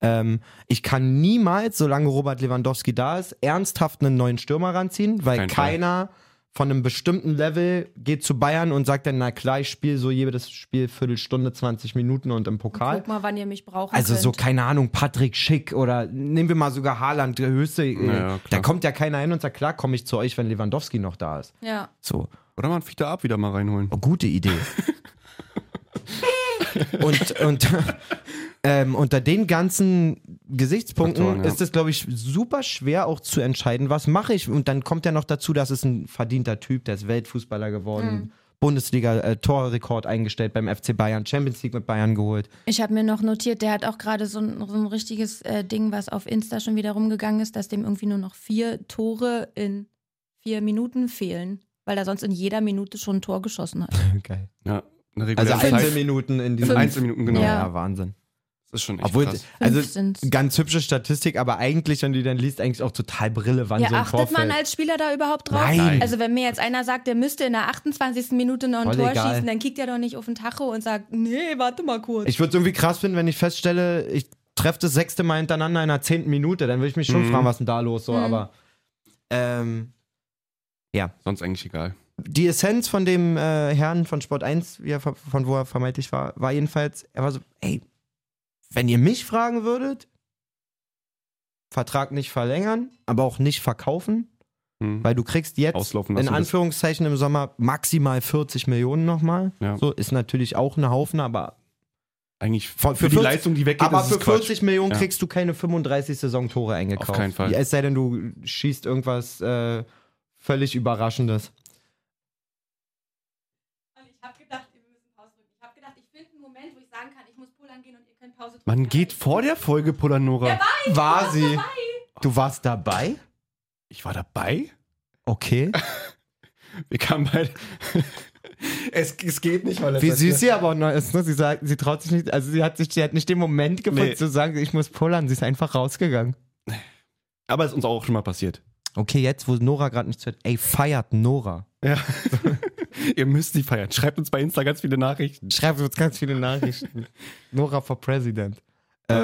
Ähm, ich kann niemals, solange Robert Lewandowski da ist, ernsthaft einen neuen Stürmer ranziehen, weil Kein Fall. keiner von einem bestimmten Level geht zu Bayern und sagt dann, na klar, ich spiele so jedes Spiel Viertelstunde, 20 Minuten und im Pokal. Guck mal, wann ihr mich brauchen Also könnt. so, keine Ahnung, Patrick Schick oder nehmen wir mal sogar Haaland, der höchste. äh, Ja, ja, klar. da kommt ja keiner hin und sagt, klar komme ich zu euch, wenn Lewandowski noch da ist. ja. So, Oder mal einen Fichter ab wieder mal reinholen. oh, gute [laughs] Idee. und und ähm, unter den ganzen Gesichtspunkten Faktoren, ja. ist es, glaube ich, super schwer auch zu entscheiden, was mache ich. Und dann kommt ja noch dazu, dass es ein verdienter Typ, der ist Weltfußballer geworden. Bundesliga-Torrekord eingestellt beim FC Bayern, Champions League mit Bayern geholt. Ich habe mir noch notiert, der hat auch gerade so ein, so ein richtiges äh, Ding, was auf Insta schon wieder rumgegangen ist, dass dem irgendwie nur noch vier Tore in vier Minuten fehlen, weil er sonst in jeder Minute schon ein Tor geschossen hat. Geil. Ja, eine Also reguläre Zeit. Einzelminuten in diesem Einzelminuten, genau. Ja, Ja. Wahnsinn. Das ist schon echt Obwohl, krass. also Fünf sind's. ganz hübsche Statistik, aber eigentlich, wenn du die dann liest, eigentlich auch total Brille, wann Ja, so ein Tor achtet man fällt. als Spieler da überhaupt drauf? Nein. Also wenn mir jetzt einer sagt, der müsste in der 28. Minute noch ein Voll Tor egal. schießen, dann kickt er doch nicht auf den Tacho und sagt, nee, warte mal kurz. Ich würde es irgendwie krass finden, wenn ich feststelle, ich treffe das sechste Mal hintereinander in der zehnten Minute, dann würde ich mich schon Mhm. fragen, was ist denn da los, so, aber ähm, Sonst eigentlich egal. die Essenz von dem äh, Herrn von Sport 1, wie er, ver- von wo er vermeintlich war, war jedenfalls, er war so, ey, wenn ihr mich fragen würdet, Vertrag nicht verlängern, aber auch nicht verkaufen, Mhm. Weil du kriegst jetzt Auslaufen lassen in Anführungszeichen im Sommer maximal 40 Millionen nochmal. Ja. So ist natürlich auch ein Haufen, aber eigentlich für, für die 40 Leistung, die weggeht, Aber ist für es Quatsch. 40 Millionen Ja. kriegst du keine 35 Saisontore eingekauft. Auf keinen Fall. Ja, Es sei denn, du schießt irgendwas äh, völlig Überraschendes. Ich habe gedacht, wir müssen Pause drücken. Ich habe gedacht, ich finde einen Moment, wo ich sagen kann, ich muss pullern gehen und ihr könnt Pause drücken. Man geht vor der Folge Polanora. War sie. Du warst dabei? Ich war dabei? Okay. [laughs] Wir kamen beide. [laughs] es, es geht nicht, weil Wie süß sie aber noch ist, ne? Sie sagt, sie traut sich nicht, also sie hat sich, sie hat nicht den Moment gefunden Nee. zu sagen, ich muss pullern. Sie ist einfach rausgegangen. Aber es ist uns auch schon mal passiert. Okay, jetzt, wo Nora gerade nichts hört, ey, feiert Nora. Ja. [laughs] Ihr müsst sie feiern. Schreibt uns bei Insta ganz viele Nachrichten. Schreibt uns ganz viele [laughs] Nachrichten. Nora for President. Ähm,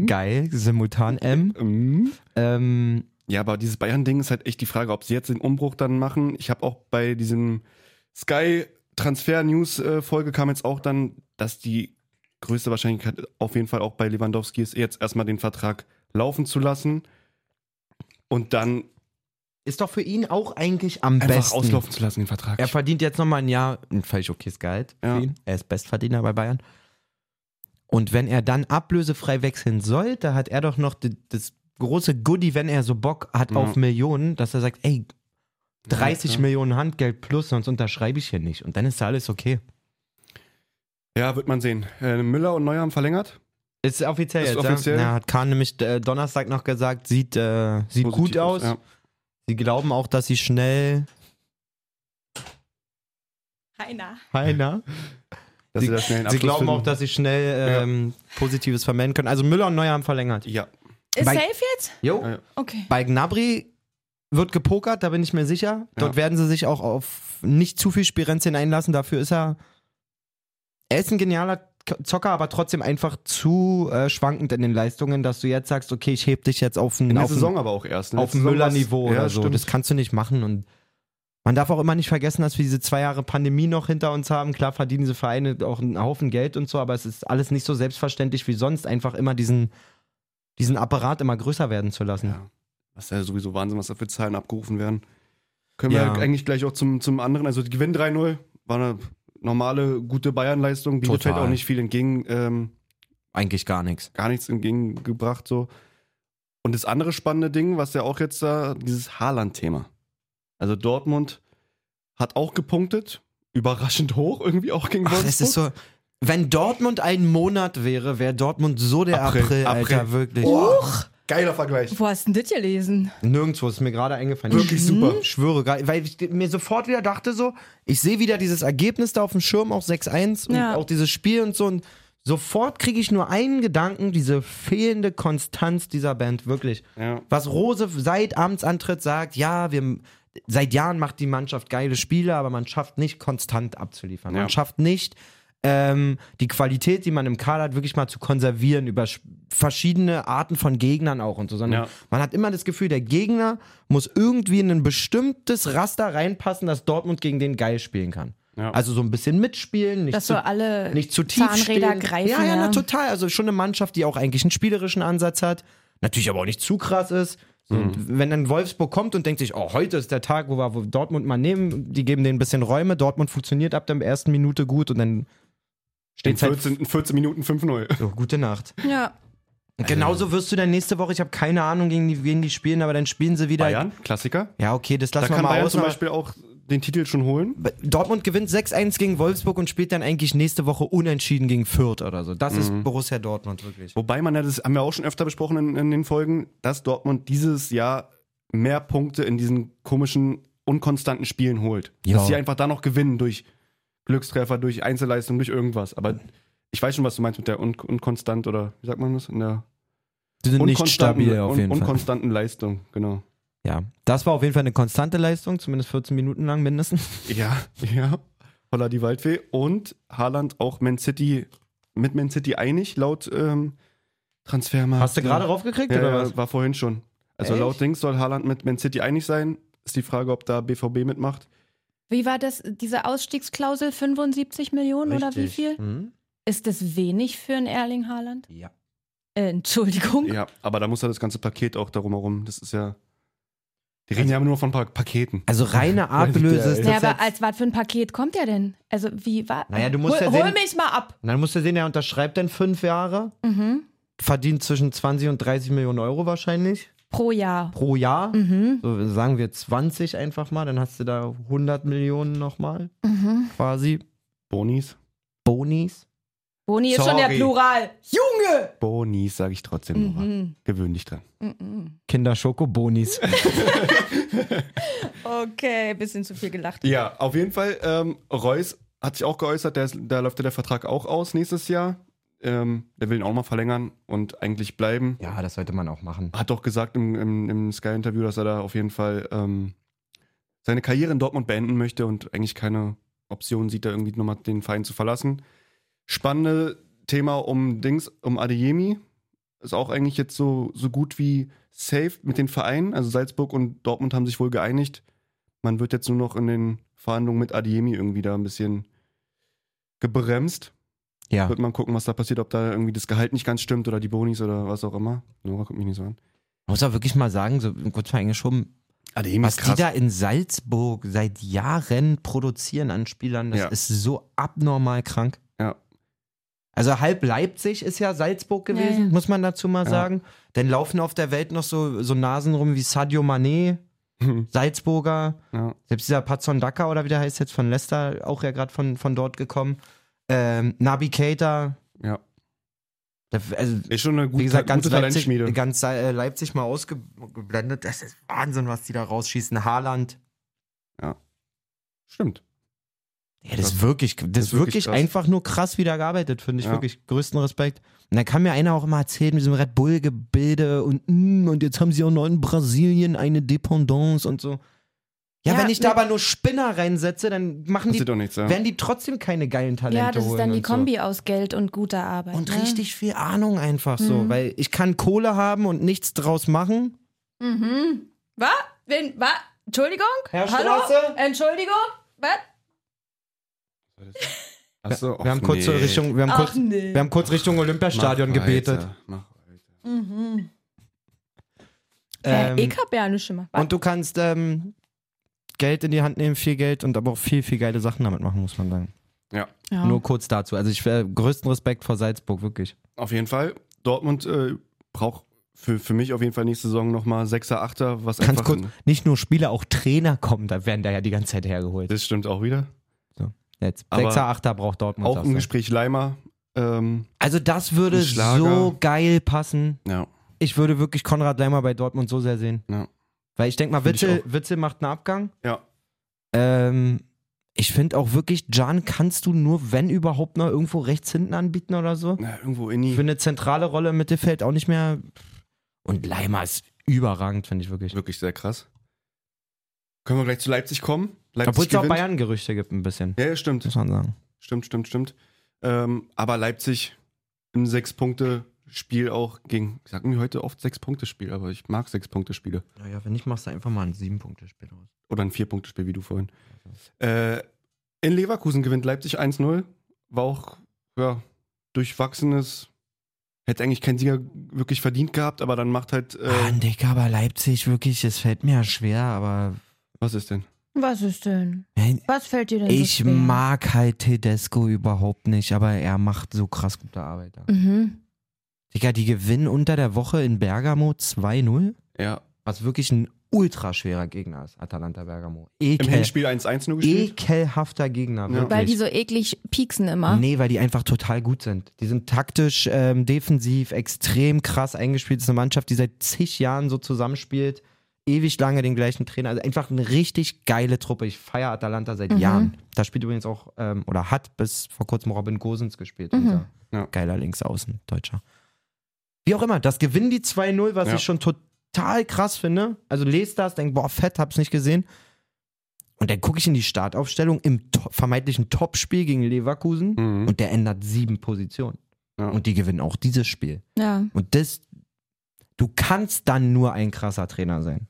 Ähm. geil, simultan M. Ähm, Ähm, Ja, aber dieses Bayern-Ding ist halt echt die Frage, ob sie jetzt den Umbruch dann machen. Ich habe auch bei diesem Sky-Transfer-News-Folge äh, kam jetzt auch dann, dass die größte Wahrscheinlichkeit auf jeden Fall auch bei Lewandowski ist, jetzt erstmal den Vertrag laufen zu lassen und dann Ist doch für ihn auch eigentlich am einfach besten. auslaufen zu lassen, den Vertrag. Er verdient jetzt nochmal ein Jahr, ein völlig okayes Gehalt für Ja. ihn. Er ist Bestverdiener bei Bayern. Und wenn er dann ablösefrei wechseln sollte, hat er doch noch d- das große Goodie, wenn er so Bock hat Ja. auf Millionen, dass er sagt, ey, 30 Ja, klar. Millionen Handgeld plus, sonst unterschreibe ich hier nicht. Und dann ist da alles okay. Ja, wird man sehen. Äh, Müller und Neuer haben verlängert. Ist offiziell Ist jetzt, offiziell. Ja? Ja, hat Kahn nämlich äh, Donnerstag noch gesagt, sieht, äh, sieht gut Positiv aus. Ja. Sie glauben auch, dass sie schnell... Heiner. Heiner. Dass sie, da schnell einen Sie Abschluss glauben auch, finden. dass sie schnell ähm, Positives vermelden können. Also Müller und Neuer haben verlängert. Ja, Ist Bei- safe jetzt? Jo. Ja. Okay. Bei Gnabry wird gepokert, da bin ich mir sicher. Dort Ja. werden sie sich auch auf nicht zu viel Spirenzchen einlassen. Dafür ist er. Er ist ein genialer K- Zocker, aber trotzdem einfach zu äh, schwankend in den Leistungen, dass du jetzt sagst, okay, ich heb dich jetzt auf ein, in der auf ein, Saison aber auch erst. ne? auf ein Letzte Saison war's- Müller-Niveau ja, oder so. stimmt. Das kannst du nicht machen. Und man darf auch immer nicht vergessen, dass wir diese zwei Jahre Pandemie noch hinter uns haben. Klar verdienen diese Vereine auch einen Haufen Geld und so, aber es ist alles nicht so selbstverständlich wie sonst, einfach immer diesen, diesen Apparat immer größer werden zu lassen. Ja. Das ist ja sowieso Wahnsinn, was da für Zahlen abgerufen werden. Können Ja. wir eigentlich gleich auch zum, zum anderen, also die Gewinn 3-0 war eine normale, gute Bayern-Leistung. Bielefeld Total. auch nicht viel entgegen, ähm, Eigentlich gar nichts. gar nichts entgegengebracht so. Und das andere spannende Ding, was ja auch jetzt da, dieses Haaland-Thema. Also Dortmund hat auch gepunktet, überraschend hoch irgendwie auch gegen Ach, Wolfsburg. das ist so. Wenn Dortmund ein Monat wäre, wäre Dortmund so der April, April, April. Alter, wirklich. Geiler Vergleich. Wo hast denn das gelesen? Nirgendwo ist mir gerade eingefallen. Wirklich ich super. Schwöre, gar- weil ich mir sofort wieder dachte so, ich sehe wieder dieses Ergebnis da auf dem Schirm, auch 6-1 und Ja. auch dieses Spiel und so und sofort kriege ich nur einen Gedanken, diese fehlende Konstanz dieser Band, wirklich. Ja. was Rose seit Amtsantritt sagt, ja, wir seit Jahren macht die Mannschaft geile Spiele, aber man schafft nicht konstant abzuliefern. Ja. Man schafft nicht ähm, die Qualität, die man im Kader hat, wirklich mal zu konservieren über sch- verschiedene Arten von Gegnern auch und so, sondern Ja. man hat immer das Gefühl, der Gegner muss irgendwie in ein bestimmtes Raster reinpassen, dass Dortmund gegen den geil spielen kann. Ja. Also so ein bisschen mitspielen, nicht Dass zu so alle nicht zu tief Zahnräder stehen. greifen. Ja, ja, ja. na, total. Also schon eine Mannschaft, die auch eigentlich einen spielerischen Ansatz hat, natürlich aber auch nicht zu krass ist. So, Mhm. und Wenn dann Wolfsburg kommt und denkt sich, oh, heute ist der Tag, wo wir wo Dortmund mal nehmen, die geben denen ein bisschen Räume, Dortmund funktioniert ab der ersten Minute gut und dann In steht halt 14, in 14 Minuten 5-0. so, gute Nacht. Ja. Also Genauso wirst du dann nächste Woche, ich habe keine Ahnung, gegen die, wen die spielen, aber dann spielen sie wieder. Bayern, Klassiker. Ja, okay, das Da lassen wir kann mal Bayern aus. zum aber- Beispiel auch den Titel schon holen. Dortmund gewinnt 6-1 gegen Wolfsburg und spielt dann eigentlich nächste Woche unentschieden gegen Fürth oder so. Das Mhm. ist Borussia Dortmund wirklich. Wobei man ja, das haben wir auch schon öfter besprochen in, in den Folgen, dass Dortmund dieses Jahr mehr Punkte in diesen komischen, unkonstanten Spielen holt. Ja. Dass sie einfach da noch gewinnen durch Glückstreffer, durch Einzelleistung, durch irgendwas. Aber ich weiß schon, was du meinst mit der un unkonstant oder wie sagt man das? In der Die sind nicht unkonstanten- stabil auf un jeden Fall. unkonstanten Leistung, genau. Ja, das war auf jeden Fall eine konstante Leistung, zumindest 14 Minuten lang mindestens. Ja, ja. Holla die Waldfee. Und Haaland auch Man City, mit Man City einig, laut ähm, [laughs] Transfermarkt. Hast du gerade raufgekriegt Ja, oder ja, was? Äh, war vorhin schon. Also Echt? laut Dings soll Haaland mit Man City einig sein. Ist die Frage, ob da BVB mitmacht. Wie war das, diese Ausstiegsklausel 75 Millionen oder wie viel? Hm? Ist das wenig für einen Erling Haaland? Ja. Äh, Entschuldigung. halt Ja, aber da muss ja das ganze Paket auch darum herum. Das ist ja Die reden ja aber nur von pa Paketen. Also [laughs] reine Ablöse ist das Ja, aber als jetzt- was für ein Paket kommt der denn? Also wie war? Naja, du musst hol, ja hol sehen- mich mal ab. Mhm. Und Dann musst du sehen, er unterschreibt dann fünf Jahre, verdient zwischen 20 und 30 Millionen Euro wahrscheinlich Pro Jahr. pro Jahr. So sagen wir 20 einfach mal, dann hast du da 100 Millionen nochmal quasi Bonis? Bonis. Boni ist Sorry. schon der Plural. Junge! Mm, Bonis, sage ich trotzdem, Nora. Mhm. Gewöhn dich dran. Kinderschoko-Bonis. Okay, bisschen zu viel gelacht. Ja, auf jeden Fall. Ähm, Reus hat sich auch geäußert, der ist, da läuft ja der Vertrag auch aus nächstes Jahr. Ähm, der will ihn auch mal verlängern und eigentlich bleiben. [laughs] ja, das sollte man auch machen. Hat doch gesagt im, im, im Sky-Interview, dass er da auf jeden Fall ähm, seine Karriere in Dortmund beenden möchte und eigentlich keine Option sieht, da irgendwie nochmal den Verein zu verlassen. Spannende Thema um Dings, um Adeyemi. Ist auch eigentlich jetzt so, so gut wie safe mit den Vereinen. Also Salzburg und Dortmund haben sich wohl geeinigt. Man wird jetzt nur noch in den Verhandlungen mit Adeyemi irgendwie da ein bisschen gebremst. Ja. Wird man gucken, was da passiert, ob da irgendwie das Gehalt nicht ganz stimmt oder die Bonis oder was auch immer. Nora guckt mich nicht so an. Muss auch wirklich mal sagen, so kurz mal eingeschoben, Adeyemi was die da in Salzburg seit Jahren produzieren an Spielern, das Ja. ist so abnormal krank. Ja. Also halb Leipzig ist ja Salzburg gewesen, muss man dazu mal Ja. sagen. Dann laufen auf der Welt noch so, so Nasen rum wie Sadio Mané, Salzburger, ja. selbst dieser Patson Daka oder wie der heißt jetzt von Leicester, auch ja gerade von, von dort gekommen. Ähm, Nabi Keita. Ja. Der, also, Ist schon eine gute, wie gesagt, ganz gute Leipzig, Talentschmiede. ganz äh, Leipzig mal ausgeblendet. Das ist Wahnsinn, was die da rausschießen. Haaland. Stimmt. Ja, das ist wirklich, das ist wirklich, krass. einfach nur krass, wie da gearbeitet, finde ich. Ja. Wirklich größten Respekt. Und dann kann mir einer auch immer erzählen, mit diesem Red Bull-Gebilde und, mm, und jetzt haben sie auch noch in Brasilien eine Dependance und so. Ja, Ja, wenn ich da mit- aber nur Spinner reinsetze, dann machen die, Passiert doch nichts, ja. werden die trotzdem keine geilen Talente Ja, das ist holen dann die und Kombi aus Geld und guter Arbeit. So. Und ne? richtig viel Ahnung einfach so, weil ich kann Kohle haben und nichts draus machen. Mhm. Was? Wen? Was? Entschuldigung? Herr Hallo? Straße? Entschuldigung? Was? Achso, Wir haben ach, kurz nee. Richtung, wir haben kurz, Ach nee. wir haben kurz Richtung Mach Olympiastadion weiter, gebetet. mach weiter. Mhm. Ähm, äh, ich hab ja nicht immer. Und du kannst ähm, Geld in die Hand nehmen, viel Geld und aber auch viel, viel geile Sachen damit machen, muss man sagen. Ja, Ja. Nur kurz dazu. Also ich äh, größten Respekt vor Salzburg, wirklich. auf jeden Fall. Dortmund äh, braucht für, für mich auf jeden Fall nächste Saison nochmal 6er, 8er, was Ganz einfach. kurz, nicht nur Spieler, auch Trainer kommen, da werden da ja die ganze Zeit hergeholt. Das stimmt auch wieder. Jetzt Aber 6er, 8er braucht Dortmund. Auch sagst im du. Gespräch Leimer. Ähm, also das würde Ein Schlager. so geil passen. ja. Ich würde wirklich Konrad Leimer bei Dortmund so sehr sehen. Ja. Weil ich denke mal, Find ich Witzel, Witzel macht einen Abgang. Ja. Ähm, ich finde auch wirklich, Can kannst du nur, wenn überhaupt, noch irgendwo rechts hinten anbieten oder so. Na, irgendwo Für Inni. eine zentrale Rolle im Mittelfeld auch nicht mehr. Und Leimer ist überragend, finde ich wirklich. Wirklich sehr krass. Können wir gleich zu Leipzig kommen? Leipzig Obwohl es auch gewinnt. Bayern-Gerüchte gibt, ein bisschen. Ja, ja, stimmt. Muss man sagen. Stimmt, stimmt, stimmt. Ähm, aber Leipzig im Sechs-Punkte-Spiel auch gegen, sagen wir heute oft Sechs-Punkte-Spiel, aber ich mag Sechs-Punkte-Spiele. Naja, wenn nicht, machst du einfach mal ein Sieben-Punkte-Spiel aus. Oder ein Vier-Punkte-Spiel, wie du vorhin. Äh, in Leverkusen gewinnt Leipzig 1-0. War auch, ja, durchwachsenes. Hätte eigentlich keinen Sieger wirklich verdient gehabt, aber dann macht halt. Äh, Mann, Digga, aber Leipzig, wirklich, es fällt mir ja schwer, aber was ist denn? Was ist denn? Nein, Was fällt dir denn ich so schwer? mag halt Tedesco überhaupt nicht, aber er macht so krass gute Arbeit. Da. Mhm. Digga, die gewinnen unter der Woche in Bergamo 2-0, Ja. was wirklich ein ultra schwerer Gegner ist, Atalanta Bergamo. Im Ekel, Hinspiel 1-1 nur gespielt. ekelhafter Gegner, Ja. wirklich. Weil die so eklig pieksen immer. Nee, weil die einfach total gut sind. Die sind taktisch, ähm, defensiv, extrem krass eingespielt. Das ist eine Mannschaft, die seit zig Jahren so zusammenspielt. Ewig lange den gleichen Trainer. Also einfach eine richtig geile Truppe. Ich feiere Atalanta seit Jahren. Da spielt übrigens auch, ähm, oder hat bis vor kurzem Robin Gosens gespielt. Unser Ja. geiler Linksaußen, Deutscher. Wie auch immer, das gewinnen die 2-0, was Ja. ich schon total krass finde. Also lest das, denk, boah, fett, hab's nicht gesehen. Und dann gucke ich in die Startaufstellung im to vermeintlichen Topspiel gegen Leverkusen Mhm. und der ändert sieben Positionen. Ja. Und die gewinnen auch dieses Spiel. Ja. Und das, du kannst dann nur ein krasser Trainer sein.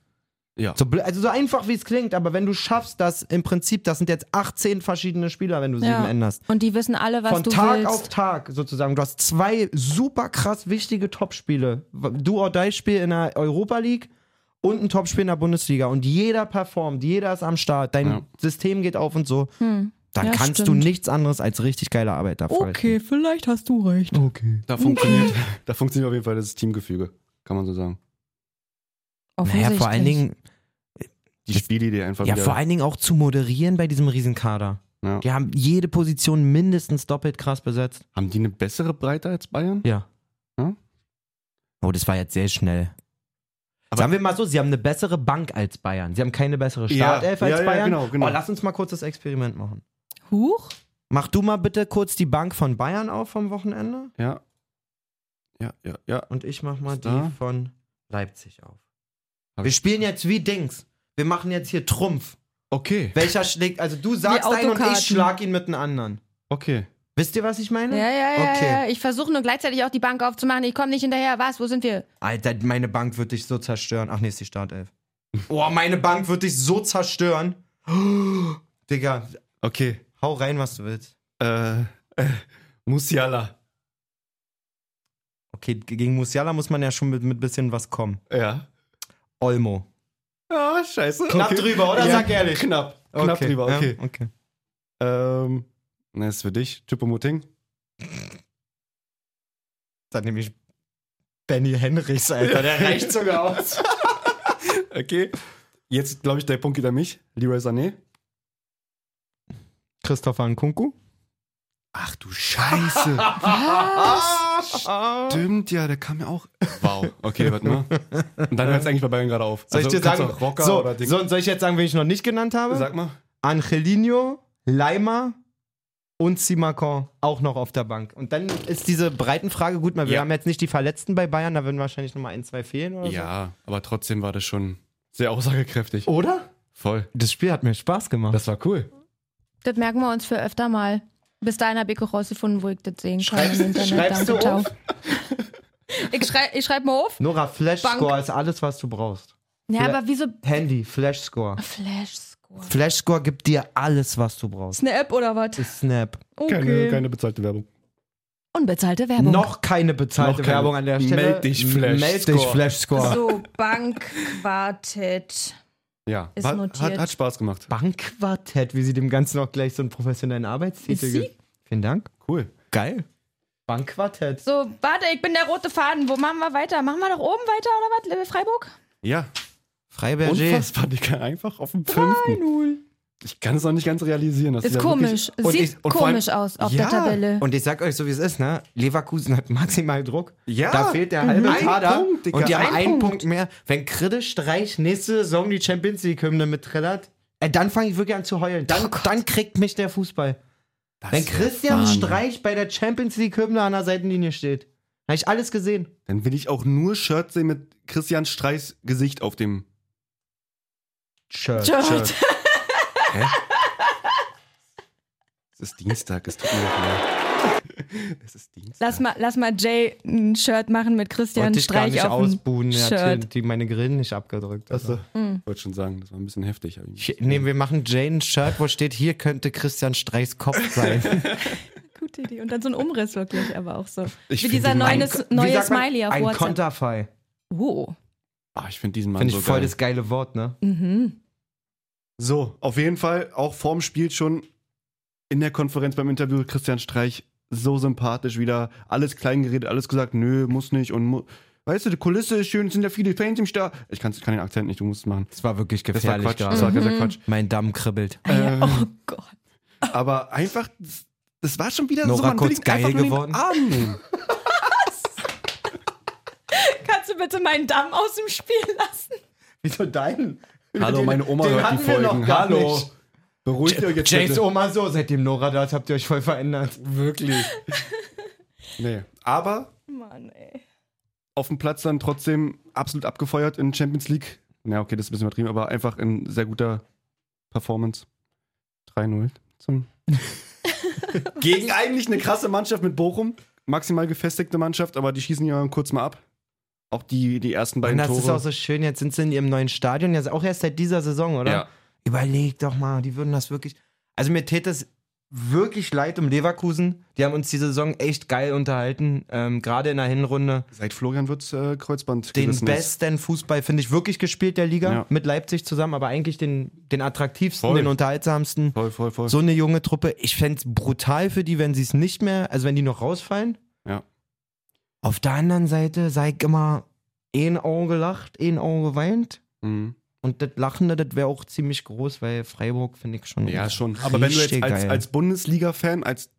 Ja. So, bl- also so einfach wie es klingt, aber wenn du schaffst, dass im Prinzip, das sind jetzt 18 verschiedene Spieler, wenn du sieben Ja. änderst. Und die wissen alle, was Von du Tag willst. auf Tag sozusagen. Du hast zwei super krass wichtige Topspiele. Du or die Spiel in der Europa League und ein Topspiel in der Bundesliga und jeder performt, jeder ist am Start, dein Ja. System geht auf und so, Hm. dann Ja, kannst stimmt. du nichts anderes als richtig geile Arbeit da Okay, vielleicht hast du recht. falten. Okay. Da funktioniert, [laughs] da funktioniert auf jeden Fall das Teamgefüge, kann man so sagen. Naja, vor allen Dingen, Die Das- Spielidee einfach ja, wieder. vor allen Dingen auch zu moderieren bei diesem Riesenkader. Ja. Die haben jede Position mindestens doppelt krass besetzt. Haben die eine bessere Breite als Bayern? Ja. Ja? Oh, das war jetzt sehr schnell. Sagen wir mal so, sie haben eine bessere Bank als Bayern. Sie haben keine bessere Ja, Startelf als ja, ja, Bayern. genau, genau. Oh, lass uns mal kurz das Experiment machen. Huch? Mach du mal bitte kurz die Bank von Bayern auf vom Wochenende Ja. Ja, ja, ja. und ich mach mal Ist da? die von Leipzig auf. Hab Wir ich- spielen jetzt wie Dings. Wir machen jetzt hier Trumpf. Okay, Welcher schlägt, also du sagst einen und ich Autokarten. schlag ihn mit einem anderen. okay. Wisst ihr, was ich meine? Ja, ja, ja, Okay. ja. Ich versuche nur gleichzeitig auch die Bank aufzumachen. Ich komme nicht hinterher. Was? Wo sind wir? Alter, meine Bank wird dich so zerstören. Ach nee, ist die Startelf. Oh, meine Bank wird dich so zerstören. [gasps] Digga, Okay. hau rein, was du willst. Äh, äh, Musiala. Okay, gegen Musiala muss man ja schon mit ein bisschen was kommen. Ja. Olmo. Ah, scheiße. Knapp okay. drüber, oder? Ja, Sag ehrlich. Knapp. Knapp drüber, okay. Ja, okay. Ähm, na, ist für dich. Chupomoting. Dann nehme ich Benny Henrichs, Alter. [laughs] Der reicht sogar aus. [laughs] Okay. Jetzt, glaube ich, der Punkt geht an mich. Leroy Sané. Christopher Nkunku? Ach du [laughs] Scheiße. Ah. Stimmt, ja, der kam ja auch. Wow. Okay, warte mal. Und dann hört es eigentlich bei Bayern gerade auf. Soll ich Also, dir kannst sagen, du auch Rocker so, oder Ding. so, soll ich jetzt sagen, wen ich noch nicht genannt habe? Sag mal. Angelino, Leimer und Simakon auch noch auf der Bank. Und dann ist diese Breitenfrage gut, weil wir Ja. haben jetzt nicht die Verletzten bei Bayern, da würden wahrscheinlich nochmal ein, zwei fehlen Also. oder Ja, aber trotzdem war das schon sehr aussagekräftig. so. Oder? Voll. Das Spiel hat mir Spaß gemacht. Das war cool. Das merken wir uns für öfter mal. Bis dahin habe ich auch rausgefunden, wo ich das sehen kann. Schreibst- im Internet. schreibst Danke, du auf? ciao. [laughs] Ich schreibe ich schreib mal auf. Nora, Flashscore ist alles, was du brauchst. Ja, Fla- aber wieso Handy, Flashscore. Flash-Score? Flashscore gibt dir alles, was du brauchst. Ist eine App oder was? Ist Snap. Keine, keine bezahlte Werbung. Unbezahlte Werbung. Noch keine bezahlte Noch keine. Werbung an der Stelle. Meld dich, Flash. Meld dich, Flashscore. So, Bankquartett. Ja, Ist war, notiert. hat, hat Spaß gemacht. Bankquartett, wie sie dem Ganzen auch gleich so einen professionellen Arbeitstitel Ist sie? gibt. Vielen Dank. Cool. Geil. Bankquartett. So, warte, ich bin der rote Faden. Wo machen wir weiter? Machen wir nach oben weiter oder was? Freiburg? Ja, Freiberger. unfassbar, Digga. Einfach auf dem fünften. Ich kann es noch nicht ganz realisieren. Dass die Ist da komisch. wirklich- Und Sieht ich- und vor allem- komisch aus auf der Tabelle. Und ich sag euch so, wie es ist, ne? Leverkusen hat maximal Druck. Ja. Da fehlt der halbe Ein Kader. Punkt, Digga. und die haben Ein einen Punkt. mehr. Wenn Kridde Streich nächste Saison die Champions League-Hymne mitträllert, äh, dann fange ich wirklich an zu heulen. Oh Dann, dann kriegt mich der Fußball. Das Wenn ist Christian Wahnsinn. Streich bei der Champions League-Hymne an der Seitenlinie steht, habe ich alles gesehen. Dann will ich auch nur Shirts sehen mit Christian Streichs Gesicht auf dem Shirt. Shirt. Hä? Es ist Dienstag, es tut mir noch leid. Es ist Dienstag. Lass mal, lass mal Jay ein Shirt machen mit Christian Wollte ich gar Streich nicht auf dem ausbuhen. Er hat hier Shirt. die meine Grillen nicht abgedrückt. Also. Ich wollte schon sagen, das war ein bisschen heftig. aber äh, ich- Ich, nee, wir machen Jane ein Shirt, wo steht, hier könnte Christian Streichs Kopf [laughs] sein. Gute Idee. Und dann so ein Umriss wirklich, aber auch so. Ich Wie find dieser ihn- neue, Ko- wie neue sagt man? Smiley auf ein WhatsApp. Konterfei. Oh. Ah, ich finde diesen Mann Finde so ich voll geil. das geile Wort, ne? Mhm. So, auf jeden Fall, auch vorm Spiel schon in der Konferenz beim Interview Christian Streich so sympathisch wieder, alles klein geredet, alles gesagt, nö, muss nicht und mu weißt du, die Kulisse ist schön, es sind ja viele Fans im Stadion. Ich kann's- kann den Akzent nicht, du musst es machen. Das war wirklich Das war gefährlich Quatsch, gerade. das war mhm. Quatsch. Äh, Mein Damm kribbelt. Ja, oh Gott. Aber einfach, das, das war schon wieder so, Nora man will kurz ihn geil einfach nur in den geworden. Arm nehmen. Kannst du bitte meinen Damm aus dem Spiel lassen? Wieso dein? Hallo, meine Oma den hört die hatten wir noch Folgen. gar Hallo. nicht. Beruhigt euch jetzt Jays bitte. Oma so, seitdem Nora da ist, habt ihr euch voll verändert. Wirklich. nee. Aber Mann, ey. auf dem Platz dann trotzdem absolut abgefeuert in Champions League. Na, okay, das ist ein bisschen übertrieben, aber einfach in sehr guter Performance. 3-0 [laughs] zum. Gegen eigentlich eine krasse Mannschaft mit Bochum. Maximal gefestigte Mannschaft, aber die schießen ja kurz mal ab. Auch die, die ersten Und beiden das Tore. ist auch so schön, jetzt sind sie in ihrem neuen Stadion, ja auch erst seit dieser Saison, oder? Ja. Überleg doch mal, die würden das wirklich. Also mir täte es wirklich leid um Leverkusen. Die haben uns die Saison echt geil unterhalten. Ähm, Gerade in der Hinrunde. Seit Florian Wirtz äh, Kreuzband Den gerissen ist. besten Fußball, finde ich, wirklich gespielt der Liga. Ja. Mit Leipzig zusammen, aber eigentlich den, den attraktivsten, Voll. den unterhaltsamsten. Voll, voll, voll. So eine junge Truppe. Ich fände es brutal für die, wenn sie es nicht mehr, also wenn die noch rausfallen. Ja. Auf der anderen Seite, sei immer, ein Auge lacht, ein Auge weint. Mhm. Und das Lachende, das wäre auch ziemlich groß, weil Freiburg finde ich schon. Ja, schon. Aber wenn du jetzt richtig als, geil. als Bundesliga-Fan, als,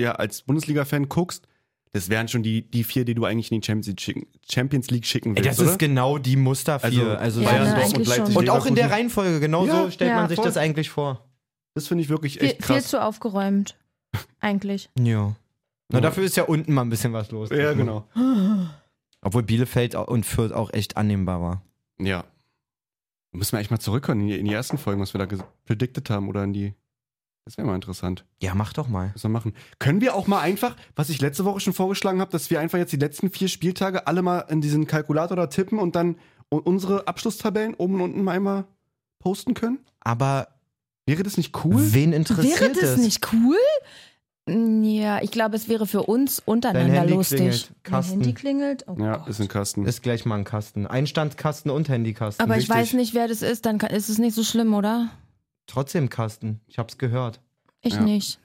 ja, als Bundesliga-Fan guckst, das wären schon die, die vier, die du eigentlich in die Champions League schicken, Champions League schicken Ey, willst, das oder? ist genau die Muster also, vier. Also, Ja, Bayern, ne, Dortmund, eigentlich schon. Leipzig, Und auch in der Leverkusen. Reihenfolge, genau Ja, so stellt ja, man sich voll. das eigentlich vor. Das finde ich wirklich Viel, echt viel krass. zu aufgeräumt. [gasps] Eigentlich. Ja. Na, Ja. dafür ist ja unten mal ein bisschen was los. Ja, genau. Obwohl Bielefeld au- und Fürth auch echt annehmbar war. Ja. Da Müssen wir eigentlich mal zurückkommen in die, in die ersten Folgen, was wir da ges- predicted haben oder in die. Das wäre mal interessant. Ja, mach doch mal. Müssen wir machen. Können wir auch mal einfach, was ich letzte Woche schon vorgeschlagen habe, dass wir einfach jetzt die letzten vier Spieltage alle mal in diesen Kalkulator da tippen und dann u- unsere Abschlusstabellen oben und unten mal einmal posten können? Aber Wäre das nicht cool? wen interessiert Wäre das es? nicht cool? Mm, Ja, ich glaube, es wäre für uns untereinander Dein Handy lustig. klingelt. Mein Carsten. Handy klingelt. Oh Ja, Gott. ist ein Kasten. Ist gleich mal ein Kasten. Einstandskasten und Handykasten. Aber ich Richtig. weiß nicht, wer das ist, dann kann, ist es nicht so schlimm, oder? Trotzdem Kasten. Ich hab's gehört. Ich Ja. nicht.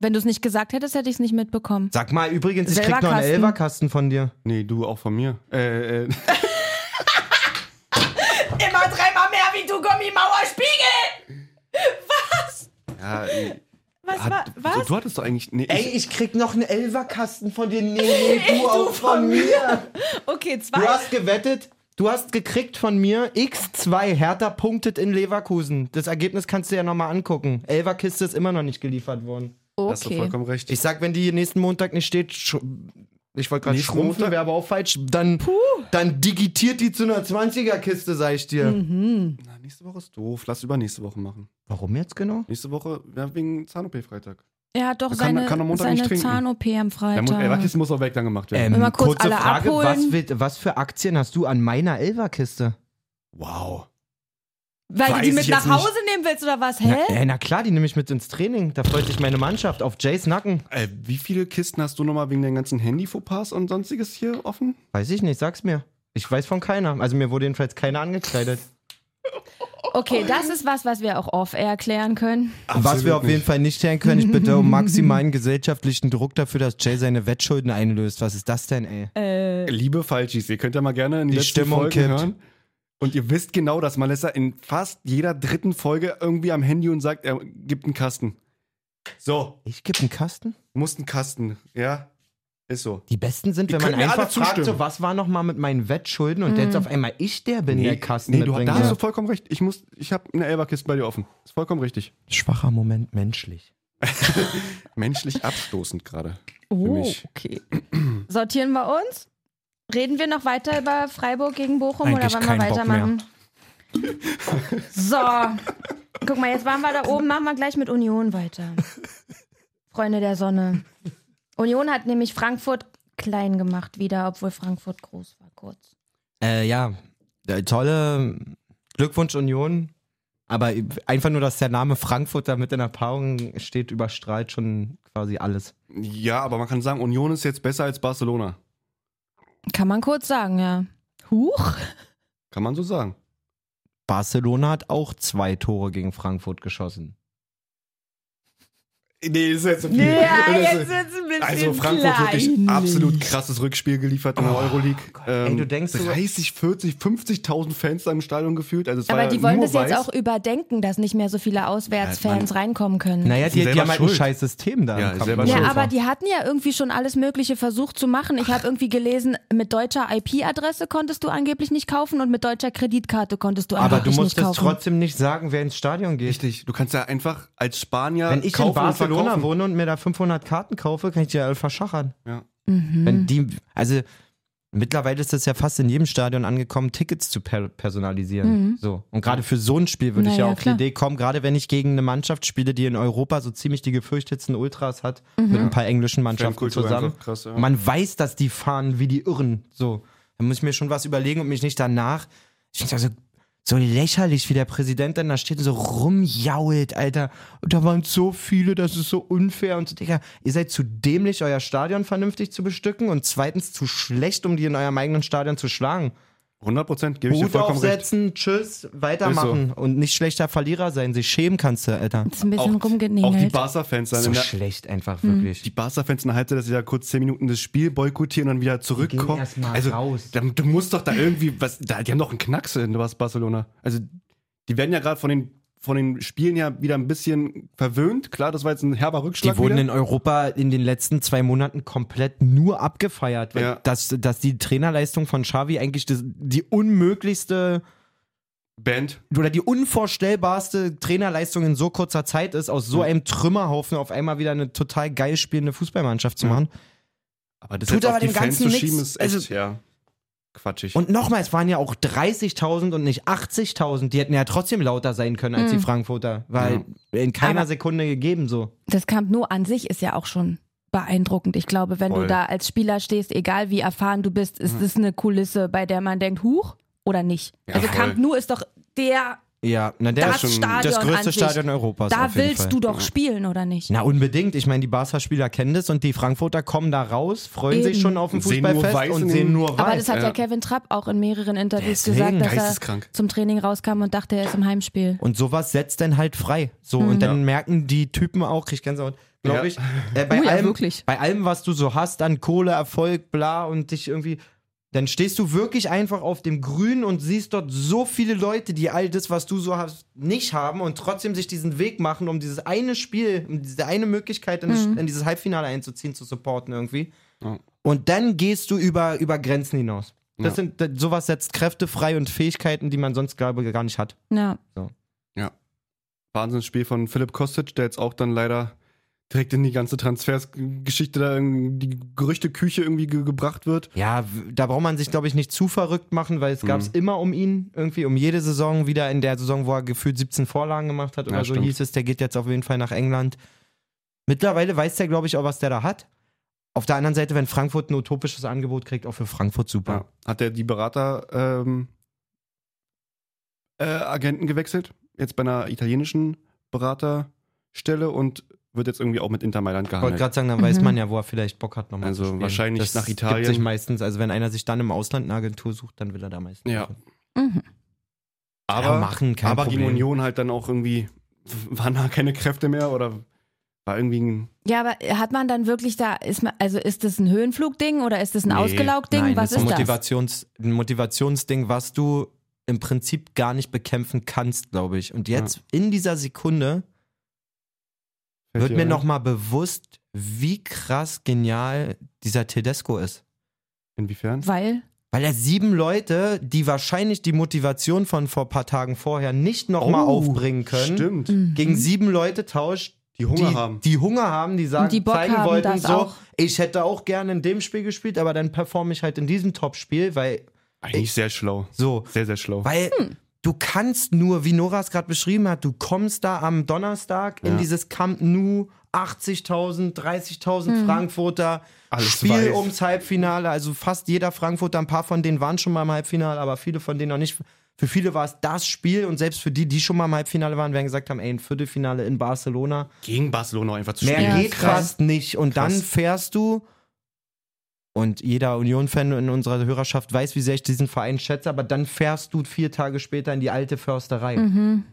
Wenn du es nicht gesagt hättest, hätte ich es nicht mitbekommen. Sag mal übrigens, ich Selber krieg noch einen Kasten. Elverkasten von dir. Nee, du auch von mir. Äh, äh, Immer dreimal mehr wie du, Gummimauer Spiegel! ja, [laughs] äh, Was hat, war, was? Also, Du hattest doch eigentlich. Nee, ich, ich krieg noch einen Elverkasten von dir. Nee, nee du auch von mir. Okay, Du zwei. hast gewettet. Du hast gekriegt von mir X2 Hertha punktet in Leverkusen. Das Ergebnis kannst du ja nochmal angucken. Elverkiste ist immer noch nicht geliefert worden. hast du Okay. vollkommen recht. Ich sag, wenn die nächsten Montag nicht steht, sch- ich wollte gerade Nächsten schrumpfen, Montag? wäre aber auch falsch, dann, dann digitiert die zu einer 20er-Kiste, sag ich Hm. dir. Mhm. Na, nächste Woche ist doof. Lass übernächste Woche machen. Warum jetzt genau? Nächste Woche, ja, wegen Zahn-OP-Freitag. Er hat doch Er kann- seine, kann am Montag nicht seine trinken. Zahn-OP am Der muss, äh, Freitag. Rakis muss auch weg dann gemacht werden. Ähm, mal kurz kurze alle Frage, was, abholen. wird- was für Aktien hast du an meiner Elverkiste? Wow. Weil du die weiß mit ich jetzt nach Hause nehmen willst oder was? Na, Hä? äh, na klar, die nehme ich mit ins Training. Da freut sich meine Mannschaft auf Jays Nacken. Äh, wie viele Kisten hast du nochmal wegen deinen ganzen Handy-Fauxpas und sonstiges hier offen? Weiß ich nicht, sag's mir. Ich weiß von keiner. Also mir wurde jedenfalls keiner angekleidet. Okay, das ist was, was wir auch off-air klären können. Was wir auf nicht. jeden Fall nicht klären [laughs] können, ich bitte um maximalen gesellschaftlichen Druck dafür, dass Jay seine Wettschulden einlöst. Was ist das denn, ey? Äh. Liebe Falschis, ihr könnt ja mal gerne in die, Die letzten Stimmung Folgen kippt. hören. Und ihr wisst genau, dass Malessa in fast jeder dritten Folge irgendwie am Handy und sagt, er gibt einen Kasten. So, Ich gebe einen Kasten? muss einen Kasten, ja? Ist so. Die Besten sind, Die wenn man können mir alle einfach fragt, zustimmen. so, was war nochmal mit meinen Wettschulden und Mhm. jetzt auf einmal ich der bin, der Kasten nee, du, mitbringt. da hast du vollkommen recht. Ich muss, ich habe eine Elberkiste bei dir offen. Ist vollkommen richtig. Schwacher Moment, menschlich. Menschlich abstoßend gerade. Für Oh, mich. okay. Sortieren wir uns? Reden wir noch weiter über Freiburg gegen Bochum Eigentlich oder wollen wir keinen Bock weitermachen? So. Guck mal, jetzt waren wir da oben, machen wir gleich mit Union weiter. Freunde der Sonne. Union hat nämlich Frankfurt klein gemacht wieder, obwohl Frankfurt groß war, kurz. Äh, ja, äh, tolle Glückwunsch Union. Aber einfach nur, dass der Name Frankfurt da mit in der Paarung steht, überstrahlt schon quasi alles. Ja, aber man kann sagen, Union ist jetzt besser als Barcelona. Kann man kurz sagen, ja. Huch. Kann man so sagen. Barcelona hat auch zwei Tore gegen Frankfurt geschossen. Nee, das ist jetzt zu viel. Ja, [laughs] Das ist- jetzt wird's ein bisschen Also Frankfurt wirklich absolut krasses Rückspiel geliefert in der Euroleague. Ähm, Oh Ey, du denkst, du- 30, 40, 50.000 Fans da im Stadion gefühlt. Also es war Aber ja die wollen nur das jetzt weiß. auch überdenken, dass nicht mehr so viele Auswärtsfans reinkommen können. Naja, Die die, sind die haben Mhm. selber halt ein schuld. scheiß System da. Ja, im Kopf. selber Ja, schuld. aber die hatten ja irgendwie schon alles Mögliche versucht zu machen. Ich habe irgendwie gelesen, mit deutscher IP-Adresse konntest du angeblich nicht kaufen und mit deutscher Kreditkarte konntest du aber du angeblich musst nicht es kaufen. trotzdem nicht sagen, wer ins Stadion geht. Richtig, du kannst ja einfach als Spanier Wenn ich kaufen in Barcelona und verkaufen. wohne und mir da 500 Karten kaufe, kann ich die alle verschachern. Ja. Mhm. Wenn die, also mittlerweile ist das ja fast in jedem Stadion angekommen, Tickets zu per personalisieren. So. Und gerade für so ein Spiel würde ich ja Mhm. Naja, auf klar. die Idee kommen, gerade wenn ich gegen eine Mannschaft spiele, die in Europa so ziemlich die gefürchtetsten Ultras hat, Mhm. mit ein paar englischen Mannschaften Fankultur zusammen. einfach krass, ja. Und Man weiß, dass die fahren wie die Irren. So. Dann muss ich mir schon was überlegen und mich nicht danach. Ich denke, also, so lächerlich, wie der Präsident dann da steht und so rumjault, Alter. Und da waren so viele, das ist so unfair und so, Digga, ihr seid zu dämlich, euer Stadion vernünftig zu bestücken und zweitens zu schlecht, um die in eurem eigenen Stadion zu schlagen. 100 Prozent, gebe ich dir Hut vollkommen recht. Also. aufsetzen, tschüss, weitermachen und nicht schlechter Verlierer sein. Sich schämen kannst du, Alter. Ist ein bisschen Auch die rumgenäht. Barca-Fans dann So in der, schlecht einfach, wirklich. die Barca-Fans in der Halbzeit, dass sie da kurz 10 Minuten das Spiel boykottieren und dann wieder gehen zurückkommen. erst mal also, raus. Da, du musst doch da irgendwie, was, da, die haben doch einen Knacks in was Barcelona. Also, die werden ja gerade von den, von den Spielen ja wieder ein bisschen verwöhnt. Klar, das war jetzt ein herber Rückschlag. Die wurden wieder. in Europa in den letzten zwei Monaten komplett nur abgefeiert, weil Ja. dass, dass die Trainerleistung von Xavi eigentlich das, die unmöglichste Band. oder die unvorstellbarste Trainerleistung in so kurzer Zeit ist, aus so einem Trümmerhaufen auf einmal wieder eine total geil spielende Fußballmannschaft zu Ja. machen. Aber das Tut jetzt auf aber die dem Fans Ganzen zu nix. schieben, ist echt, Also- ja, quatschig. Und nochmal, es waren ja auch 30.000 und nicht 80.000. Die hätten ja trotzdem lauter sein können als die Frankfurter, weil in keiner Mhm. Aber- Sekunde gegeben so. das Camp Nou an sich ist ja auch schon beeindruckend. Ich glaube, wenn Voll. du da als Spieler stehst, egal wie erfahren du bist, ist es eine Kulisse, bei der man denkt, huch oder nicht. Ja, also voll. Camp Nou ist doch der, Ja, na, der das, ist schon Stadion das an größte sich. Stadion Europas. Da auf jeden willst Fall. du doch spielen oder nicht? Na, unbedingt. Ich meine, die Barca-Spieler kennen das und die Frankfurter kommen da raus, freuen sich Eben. schon auf dem Sehen nur weiß Fußballfest in und den- sehen nur Aber weiß. das hat ja. ja. Kevin Trapp auch in mehreren Interviews Deswegen, gesagt, dass er Geisteskrank. zum Training rauskam und dachte, er ist im Heimspiel. Und sowas setzt dann halt frei. So, Mhm. und dann merken die Typen auch, krieg ich Gänsehaut, glaube Ja. [laughs] ich, äh, bei, Oh ja, allem, wirklich. bei allem, was du so hast an Kohle, Erfolg, bla und dich irgendwie, dann stehst du wirklich einfach auf dem Grün und siehst dort so viele Leute, die all das, was du so hast, nicht haben und trotzdem sich diesen Weg machen, um dieses eine Spiel, um diese eine Möglichkeit in, das, Mhm. in dieses Halbfinale einzuziehen, zu supporten irgendwie. Ja. Und dann gehst du über, über Grenzen hinaus. Das Ja. sind, das, sowas setzt Kräfte frei und Fähigkeiten, die man sonst, glaube ich, gar nicht hat. Ja. Wahnsinnsspiel von Philipp Kostic, der jetzt auch dann leider direkt in die ganze Transfersgeschichte da in die Gerüchteküche irgendwie ge gebracht wird. Ja, w- da braucht man sich, glaube ich, nicht zu verrückt machen, weil es gab Mhm. es immer um ihn, irgendwie um jede Saison, wieder in der Saison, wo er gefühlt 17 Vorlagen gemacht hat oder Ja, so stimmt. hieß es, der geht jetzt auf jeden Fall nach England. Mittlerweile weiß der, glaube ich, auch, was der da hat. Auf der anderen Seite, wenn Frankfurt ein utopisches Angebot kriegt, auch für Frankfurt super. Ja. Hat der die Berater ähm, äh, Agenten gewechselt, jetzt bei einer italienischen Beraterstelle und wird jetzt irgendwie auch mit Inter Mailand Ich wollte gehandelt. gerade sagen, dann weiß man ja, wo er vielleicht Bock hat, nochmal Also zu spielen. wahrscheinlich das nach Gibt Italien. sich meistens, also wenn einer sich dann im Ausland eine Agentur sucht, dann will er da meistens. Ja. hin. Mhm. Aber, ja, machen, kein aber gegen Problem. Union halt dann auch irgendwie [laughs] waren da keine Kräfte mehr oder war irgendwie ein Ja, aber hat man dann wirklich da, ist man, also ist das ein Höhenflugding oder ist das ein Nee, Ausgelaugding? Nein, Was ist das ist ein das? Motivations, ein Motivationsding, was du im Prinzip gar nicht bekämpfen kannst, glaube ich. Und jetzt in dieser Sekunde wird mir nochmal bewusst, wie krass genial dieser Tedesco ist. Inwiefern? Weil Weil er sieben Leute, die wahrscheinlich die Motivation von vor ein paar Tagen vorher nicht nochmal mal Oh, aufbringen können, Stimmt. Mhm. gegen sieben Leute tauscht, Die Hunger die, haben. Die Hunger haben, die sagen, Und die Bock zeigen haben, wollten das so, auch. ich hätte auch gerne in dem Spiel gespielt, aber dann performe ich halt in diesem Topspiel, weil Eigentlich sehr schlau. so. Sehr, sehr schlau. Weil du kannst nur, wie Nora es gerade beschrieben hat, du kommst da am Donnerstag in Ja. dieses Camp Nou, 80.000, 30.000 Frankfurter, Alles Spiel weiß. ums Halbfinale, also fast jeder Frankfurter, ein paar von denen waren schon mal im Halbfinale, aber viele von denen noch nicht. Für viele war es das Spiel und selbst für die, die schon mal im Halbfinale waren, werden gesagt haben, ey, ein Viertelfinale in Barcelona, Gegen Barcelona einfach zu mehr spielen. geht fast nicht. Und dann Krass. fährst du und jeder Union-Fan in unserer Hörerschaft weiß, wie sehr ich diesen Verein schätze, aber dann fährst du vier Tage später in die alte Försterei, mhm.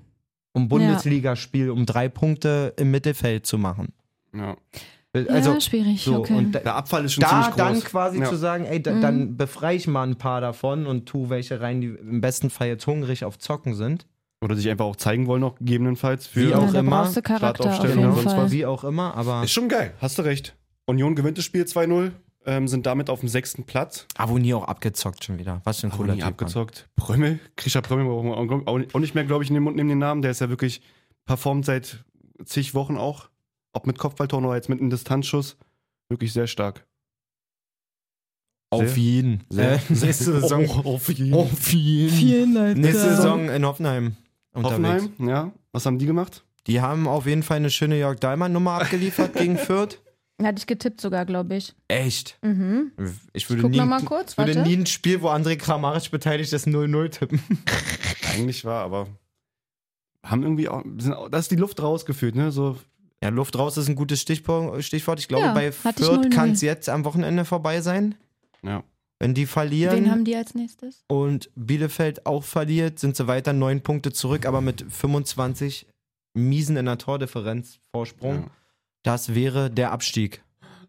um Bundesligaspiel, um drei Punkte im Mittelfeld zu machen. Ja. Also ja, schwierig. so okay. Mhm. und da, Der Abfall ist schon ziemlich da groß. dann quasi Ja. zu sagen, ey, da, dann befreie ich mal ein paar davon und tu welche rein, die im besten Fall jetzt hungrig auf Zocken sind. Oder sich einfach auch zeigen wollen, noch gegebenenfalls. Für Wie auch ja, da immer, brauchst du Charakter auf Startaufstellung jeden und sonst Fall. Genau. Wie auch immer, aber Ist schon geil, Ah. hast du recht. Union gewinnt das Spiel 2-0, ähm, sind damit auf dem sechsten Platz. Avoni auch abgezockt schon wieder. Was für ein cooler Cool, Typ. Mann. abgezockt. Prömmel, Krischer Prömmel brauchen wir auch- auch nicht mehr, glaube ich, in den Mund nehmen den Namen. Der ist ja wirklich performt seit zig Wochen auch. Ob mit Kopfballtoren oder jetzt mit einem Distanzschuss. Wirklich sehr stark. Auf Sehr- jeden. Sehr, Äh, nächste Saison. Oh, [laughs] auf jeden. vielen. Mhm. vielen Nächste Saison in Hoffenheim unterwegs. Hoffenheim, ja. Was haben die gemacht? [laughs] Die haben auf jeden Fall eine schöne Jörg Dahlmann Nummer abgeliefert gegen Fürth. Hatte ich getippt sogar, glaube ich. Echt? Mhm. Ich würde, Guck nie, noch mal kurz, würde warte. nie ein Spiel, wo André Kramaric beteiligt ist, 0-0 tippen. Eigentlich war, aber haben irgendwie auch, sind, auch- da ist die Luft rausgefühlt, ne? So, Ja, Luft raus ist ein gutes Stichpunkt- Stichwort. Ich glaube, Ja, bei hatte ich Fürth 0-0. kann es jetzt am Wochenende vorbei sein. ja. Wenn die Wen verlieren haben die als nächstes? und Bielefeld auch verliert, sind sie weiter neun Punkte zurück, aber mit 25 miesen in der Tordifferenz Vorsprung. Ja. Das wäre der Abstieg.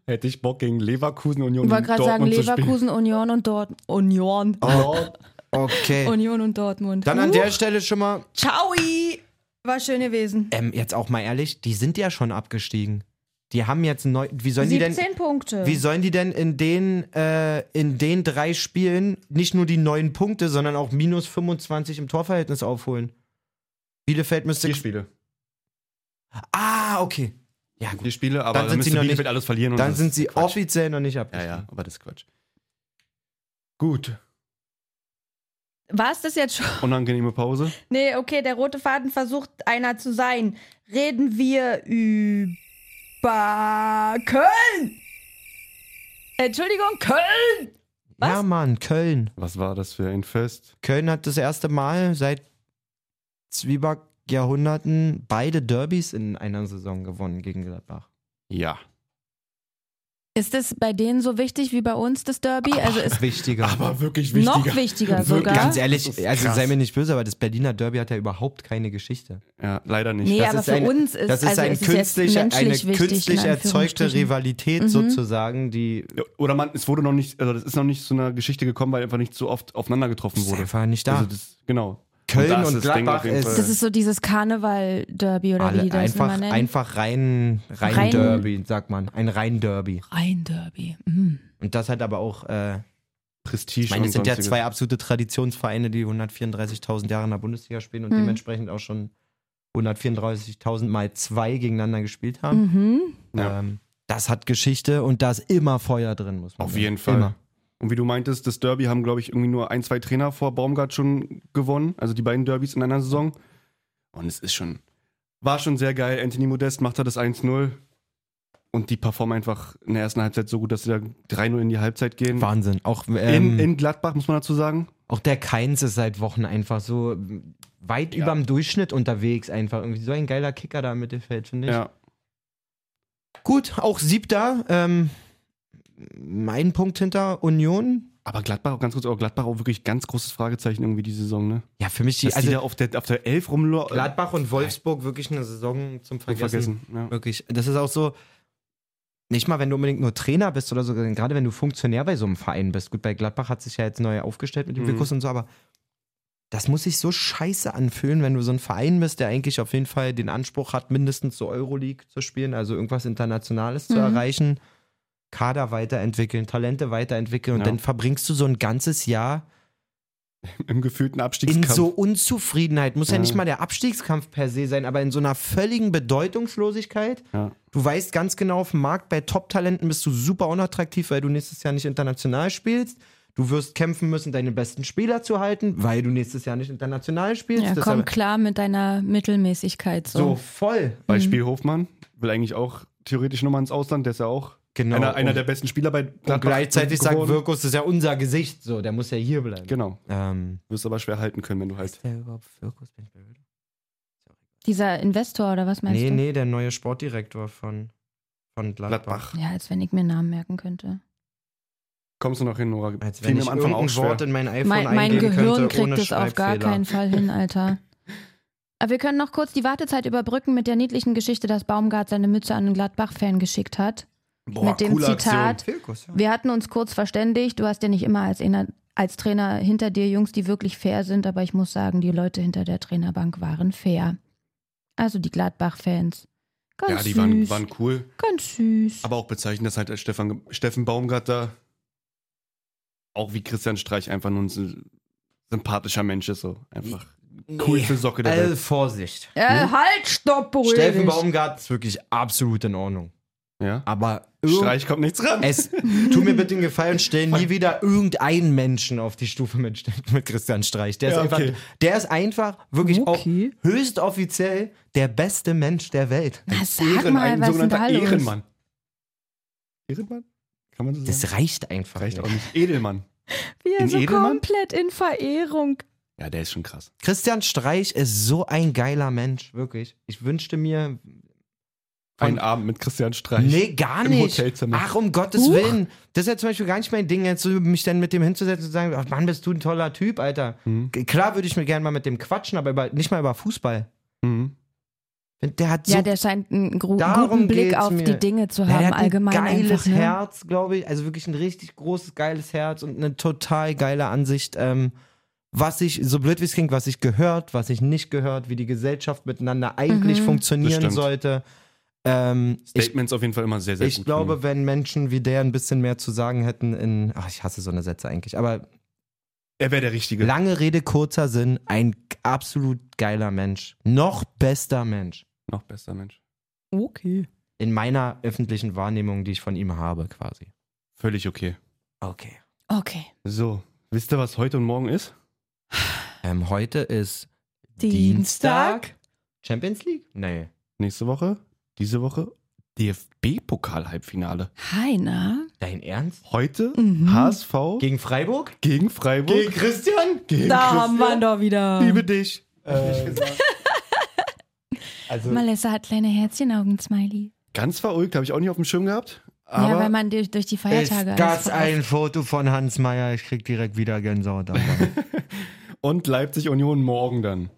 Hätte ich Bock gegen Leverkusen Ich um Union wollte gerade sagen, zu spielen. [laughs] Leverkusen, Union und Dortmund. Union. Oh, Okay. Union und Dortmund. Dann an Uh, der Stelle schon mal, Ciao! War schön gewesen. ähm, jetzt auch mal ehrlich, die sind ja schon abgestiegen. Die haben jetzt neu, wie sollen die denn 17 Punkte. Wie sollen die denn in den, äh, in den drei Spielen nicht nur die neun Punkte, sondern auch minus 25 im Torverhältnis aufholen? Bielefeld müsste. Vier Spiele. Ah, okay. Ja, gut. Vier Spiele, aber Dann sind müsste sie noch Bielefeld nicht- alles verlieren. und Dann Hm. das sind ist sie Quatsch. offiziell noch nicht Ja, abgestiegen. ja, aber das ist Quatsch. Gut. War es das jetzt schon? Unangenehme Pause. Nee, okay, der rote Faden versucht einer zu sein. Reden wir über Köln! Entschuldigung, Köln! Ja, Mann, Köln. Was war das für ein Fest? Köln hat das erste Mal seit Zwieback Jahrhunderten beide Derbys in einer Saison gewonnen gegen Gladbach. Ja. Ist das bei denen so wichtig wie bei uns, das Derby? Also ist Wichtiger. Aber wirklich wichtiger. noch wichtiger sogar. Wirklich. Ganz Das ehrlich, ist also krass. sei mir nicht böse, aber das Berliner Derby hat ja überhaupt keine Geschichte. Ja, leider nicht. Nee, Das aber ist für ein- uns ist Das ist also ein es ist jetzt künstlicher, eine menschlich wichtig, künstlich in erzeugte Anführungsstrichen. Mhm. Rivalität sozusagen, die Ja, Oder man, es wurde noch nicht, also das ist noch nicht zu einer Geschichte gekommen, weil einfach nicht so oft aufeinander getroffen ist wurde. einfach nicht da. Also das, genau. Köln das und ist das Ding Gladbach auf jeden ist- Fall. Das ist so dieses Karneval-Derby oder Alle, wie das einfach, immer nennt. einfach rein, rein, Rein- Derby, sagt man. Ein rein Derby. Ein Derby. Mhm. Und das hat aber auch, äh, Prestige. ich meine, und es sind ja sonstiges. zwei absolute Traditionsvereine, die 134.000 Jahre in der Bundesliga spielen und Hm. dementsprechend auch schon 134.000 mal zwei gegeneinander gespielt haben. Mhm. Ja. Ähm, das hat Geschichte und da ist immer Feuer drin, muss man Auf sagen. jeden Fall. Immer. Und wie du meintest, das Derby haben, glaube ich, irgendwie nur ein, zwei Trainer vor Baumgart schon gewonnen. Also die beiden Derbys in einer Saison. Und es ist schon, war schon sehr geil. Anthony Modest macht da das 1-0. Und die performen einfach in der ersten Halbzeit so gut, dass sie da 3-0 in die Halbzeit gehen. Wahnsinn. Auch, ähm, in, in Gladbach, muss man dazu sagen. Auch der Keins ist seit Wochen einfach so weit Ja. überm Durchschnitt unterwegs einfach. Irgendwie so ein geiler Kicker da im Mittelfeld, finde ich. Ja. Gut, auch siebter. Ähm, ein Punkt hinter Union. Aber Gladbach, ganz kurz, aber Gladbach auch wirklich ganz großes Fragezeichen irgendwie die Saison, ne? Ja, für mich, die, Dass also, die da also auf der, auf der 11 rumlo- Gladbach und Wolfsburg wirklich eine Saison zum äh, Vergessen. vergessen. Ja. Wirklich. Das ist auch so, nicht mal, wenn du unbedingt nur Trainer bist oder so, sondern gerade wenn du Funktionär bei so einem Verein bist. Gut, bei Gladbach hat sich ja jetzt neu aufgestellt mit dem Mhm. Wilkus und so, aber das muss sich so scheiße anfühlen, wenn du so ein Verein bist, der eigentlich auf jeden Fall den Anspruch hat, mindestens so Euroleague zu spielen, also irgendwas Internationales zu Mhm. erreichen, Kader weiterentwickeln, Talente weiterentwickeln und Ja. dann verbringst du so ein ganzes Jahr Im gefühlten in Abstiegskampf. so Unzufriedenheit. Muss ja. Ja. nicht mal der Abstiegskampf per se sein, aber in so einer völligen Bedeutungslosigkeit. Ja. Du weißt ganz genau, auf dem Markt bei Top-Talenten bist du super unattraktiv, weil du nächstes Jahr nicht international spielst. Du wirst kämpfen müssen, deine besten Spieler zu halten, weil du nächstes Jahr nicht international spielst. Ja, Das komm aber- klar mit deiner Mittelmäßigkeit. so So. voll. Beispiel Hofmann will eigentlich auch theoretisch nochmal ins Ausland, der ist ja auch Genau. einer, einer und, der besten Spieler bei Gladbach. und gleichzeitig sagt geworden. Wirkus, das ist ja unser Gesicht, so, der muss ja hier bleiben. Genau, Ähm, wirst aber schwer halten können, wenn du halt. ist der überhaupt Wirkus? Bin ich blöd? Dieser Investor oder was meinst Nee, du? nee, der neue Sportdirektor von, von Gladbach. Gladbach. Ja, als wenn ich mir Namen merken könnte. Kommst du noch hin, Nora? Als Fiel wenn mir ich am Anfang auch irgendein schwer. Wort in mein iPhone Mein, mein eingeben Gehirn könnte, ohne kriegt es auf gar Schreibfehler. keinen Fall hin, Alter. Aber wir können noch kurz die Wartezeit überbrücken mit der niedlichen Geschichte, dass Baumgart seine Mütze an einen Gladbach-Fan geschickt hat. Boah, mit dem coole Zitat. Filkus, ja. Wir hatten uns kurz verständigt. Du hast ja nicht immer als, Inner- als Trainer hinter dir Jungs, die wirklich fair sind, aber ich muss sagen, die Leute hinter der Trainerbank waren fair. Also die Gladbach-Fans. Ganz Ja, die süß. waren, waren cool. ganz süß. Aber auch bezeichnend, dass halt als Stefan, Steffen Baumgart da auch wie Christian Streich einfach nur ein sy- sympathischer Mensch ist, so einfach. Coolste Socke der Also Welt. Vorsicht. Äh, halt, stopp, beruhig Steffen dich. Baumgart ist wirklich absolut in Ordnung. Ja? Aber irgend- Streich kommt nichts ran. [laughs] es tu mir bitte den Gefallen, stell nie wieder irgendeinen Menschen auf die Stufe mit, Ste- mit Christian Streich. Der ist, Ja, okay. einfach, der ist einfach wirklich auch höchst offiziell der beste Mensch der Welt. Na, sag mal, was ist denn da los? Ehrenmann. Spiritmann? Kann man so sagen? Das reicht einfach. reicht auch nicht. nicht. Edelmann. Wie er In so Edelmann? komplett in Verehrung. Ja, der ist schon krass. Christian Streich ist so ein geiler Mensch, wirklich. Ich wünschte mir. Ein Von- Abend mit Christian Streich. Nee, gar Im nicht. Hotelzimmer. Ach, um Gottes Willen. Das ist ja zum Beispiel gar nicht mein Ding, jetzt so mich dann mit dem hinzusetzen und zu sagen: ach, Mann, bist du ein toller Typ, Alter. Mhm. G- Klar würde ich mir gerne mal mit dem quatschen, aber über, nicht mal über Fußball. Mhm. Der hat so Ja, der scheint einen gru Darum guten Blick geht's auf mir. die Dinge zu Ja, haben, der hat allgemein. Ein geiles einfach, ne? Herz, glaube ich. Also wirklich ein richtig großes, geiles Herz und eine total geile Ansicht. Ähm, was ich, so blöd wie es klingt, was ich gehört, was ich nicht gehört, wie die Gesellschaft miteinander eigentlich Mhm. Das funktionieren stimmt. sollte. Ähm, ich Statements auf jeden Fall immer sehr, sehr ich gut. glaube, wenn Menschen wie der ein bisschen mehr zu sagen hätten in, ach, ich hasse so eine Sätze eigentlich, aber er wäre der Richtige. lange Rede, kurzer Sinn, ein absolut geiler Mensch. Noch bester Mensch. Noch besser Mensch. Okay. In meiner öffentlichen Wahrnehmung, die ich von ihm habe, quasi. Völlig okay. Okay. Okay. So, wisst ihr, was heute und morgen ist? Ähm, heute ist Dienstag? Champions League? Nee. Nächste Woche, diese Woche, DFB-Pokal-Halbfinale. Heiner. Dein Ernst? Heute Mhm. HSV Gegen Freiburg? gegen Freiburg. Christian? gegen Da Christian. haben wir ihn doch wieder. Liebe dich. Äh. Also, Malessa hat kleine Herzchenaugen-Smiley. Ganz verulgt, habe ich auch nicht auf dem Schirm gehabt. [laughs] Aber Ja, weil man durch, durch die ist Feiertage. das alles- ein Foto von Hans Meyer? Ich krieg direkt wieder Gänsehaut. am Bein. und Leipzig Union morgen dann.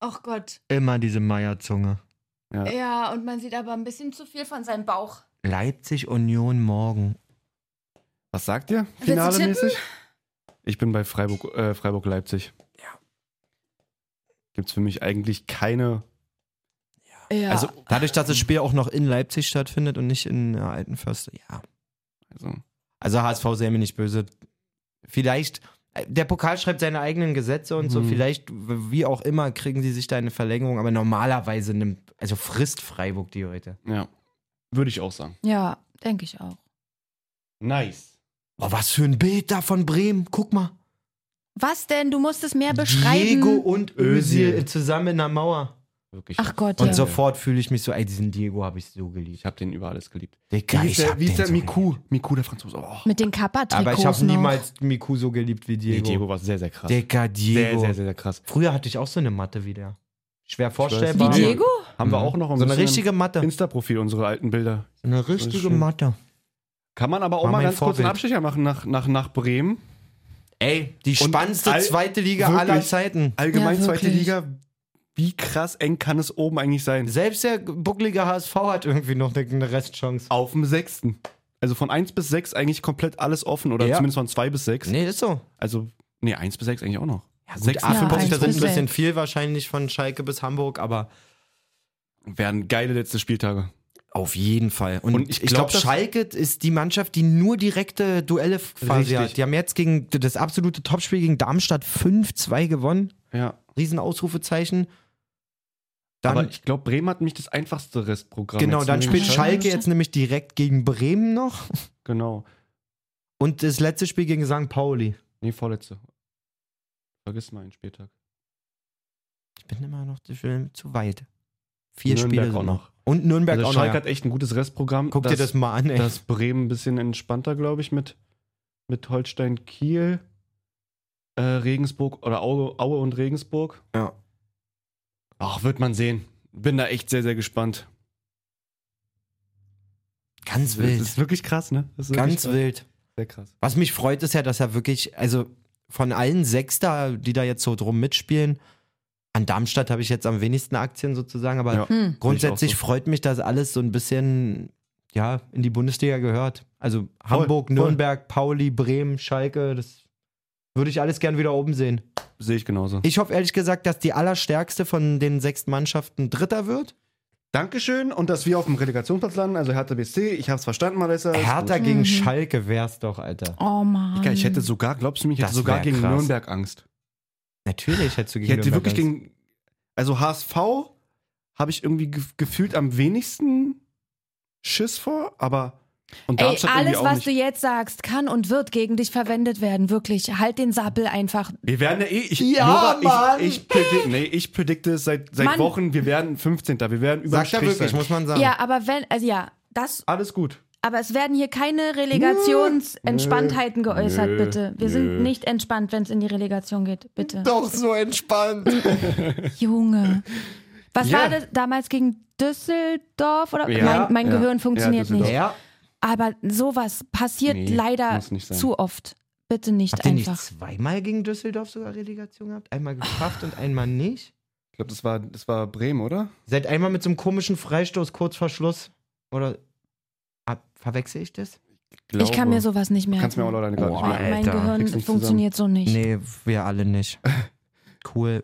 Ach Gott. Immer diese Meierzunge. Ja, und man sieht aber ein bisschen zu viel von seinem Bauch. Leipzig Union morgen. Was sagt ihr? du tippen? Finalemäßig? Ich bin bei Freiburg, äh, Freiburg Leipzig. Ja. Gibt es für mich eigentlich keine. Ja. Also dadurch, dass das Spiel auch noch in Leipzig stattfindet und nicht in der alten Förste, ja. Also, Also HSV sähe mir nicht böse. Vielleicht, äh, der Pokal schreibt seine eigenen Gesetze und so, Mhm. vielleicht, w- wie auch immer, kriegen sie sich da eine Verlängerung, aber normalerweise nimmt, also frisst Freiburg die heute. ja. Würde ich auch sagen. Ja, denke ich auch. Nice. Oh, was für ein Bild da von Bremen, guck mal. Was denn? Du musst es mehr beschreiben. Diego und Özil. Özil zusammen in der Mauer. Wirklich. Ach Gott, Und ja. sofort fühle ich mich so, ey, diesen Diego habe ich so geliebt. Ich habe den über alles geliebt. Digga, wie ist ich der, hab wie ist den der so Miku? Miku, der Franzose. Oh. Mit den kappa Aber ich habe noch. niemals Miku so geliebt wie Nee, Diego. Diego war sehr, sehr krass. Dicker Diego. Sehr, sehr, sehr, sehr krass. Früher hatte ich auch so eine Matte wie der. Schwer Wie vorstellbar. Diego? Haben wir Mhm. auch noch ein so eine bisschen richtige im Matte. Insta-Profil, unsere alten Bilder. Eine richtige richtige Matte. Kann man aber auch War mal mein ganz kurz einen Vorbild. Abstecher machen nach, nach, nach Bremen. Ey, die Und spannendste all- zweite Liga wirklich. aller Zeiten. Allgemein Ja, zweite wirklich. Liga. Wie krass eng kann es oben eigentlich sein? Selbst der bucklige HSV hat irgendwie noch eine- eine Restchance. Auf dem sechsten. Also von 1 bis 6 eigentlich komplett alles offen oder Ja. zumindest von 2 bis 6. Nee, ist so. Also, nee, 1 bis 6 eigentlich auch noch. Ja, Sechs gut, bis 58 Ja, da sind ein 1%. bisschen viel wahrscheinlich von Schalke bis Hamburg, aber Wären geile letzte Spieltage. auf jeden Fall. Und, Und ich ich glaube, glaub, dass- Schalke ist die Mannschaft, die nur direkte Duelle quasi Richtig. hat. Die haben jetzt gegen das absolute Topspiel gegen Darmstadt 5-2 gewonnen. Ja. Riesenausrufezeichen. Dann Aber ich glaube, Bremen hat mich das einfachste Restprogramm. Genau, jetzt dann nämlich spielt Schalke. Schalke jetzt nämlich direkt gegen Bremen noch Genau. und das letzte Spiel gegen St. Pauli. Nee, vorletzte. Vergiss mal einen Spieltag. Ich bin immer noch zu, viel- zu weit. Vier Nürnberg Spiele auch sind noch. noch. Und Nürnberg Also auch Schalke noch. hat echt ein gutes Restprogramm. ja. Guck dir das mal an, ey. Das Bremen ein bisschen entspannter, glaube ich, mit, mit Holstein Kiel, äh, Regensburg oder Aue, Aue und Regensburg. Ja. Ach, wird man sehen. Bin da echt sehr, sehr gespannt. Ganz Das wild. ist wirklich krass, ne? Das ist wirklich Ganz krass. wild. Sehr krass. Was mich freut, ist ja, dass er wirklich, also von allen sechs da, die da jetzt so drum mitspielen, an Darmstadt habe ich jetzt am wenigsten Aktien sozusagen, aber Ja. Hm. grundsätzlich Ich auch freut mich, dass alles so ein bisschen ja, in die Bundesliga gehört. Also Hamburg, voll. Nürnberg, Pauli, Bremen, Schalke, das würde ich alles gern wieder oben sehen. Sehe ich genauso. Ich hoffe ehrlich gesagt, dass die allerstärkste von den sechs Mannschaften Dritter wird. Dankeschön und dass wir auf dem Relegationsplatz landen, also Hertha BSC, ich hab's verstanden, Malessa. ist Hertha gegen Schalke wär's doch, Alter. Oh gut. Mann. Digga, ich hätte sogar, glaubst du mich, ich hätte Das sogar wär gegen krass. Nürnberg Angst. Natürlich hättest du Ich gegen hätte Nürnberg wirklich Angst. gegen, also HSV habe ich irgendwie ge gefühlt am wenigsten Schiss vor, aber und Ey, Darmstadt alles, irgendwie auch was nicht. du jetzt sagst, kann und wird gegen dich verwendet werden. Wirklich. Halt den Sappel einfach. Wir werden ja eh. Ich, Ja, Mann! Ich, ich, predi nee, ich predikte es seit, seit Mann. Wochen, wir werden 15. Wir werden über Sagt er wirklich, muss man sagen. Ja, aber wenn, also ja, Das, Alles gut. Aber es werden hier keine Relegationsentspanntheiten geäußert, Nö. bitte. Wir Nö. sind nicht entspannt, wenn es in die Relegation geht, bitte. Doch so entspannt. [laughs] Junge. Was Ja. war das damals gegen Düsseldorf? Oder? Ja. Mein, mein Ja. Gehirn funktioniert Ja, nicht. Ja. Aber sowas passiert Nee, leider muss nicht sein. zu oft. Bitte nicht Habt ihr nicht einfach. zweimal gegen Düsseldorf sogar Relegation gehabt? Einmal geschafft und einmal nicht? Ich glaube, das war, das war Bremen, oder? Seid einmal mit so einem komischen Freistoß kurz vor Schluss. Oder ah, verwechsel ich das? Glaube. Ich kann mir sowas nicht merken. Kannst mir auch leider gerade Oh, nicht Alter. merken. mein krieg's Gehirn nicht funktioniert so nicht. Hm, Nee, wir alle nicht. Cool.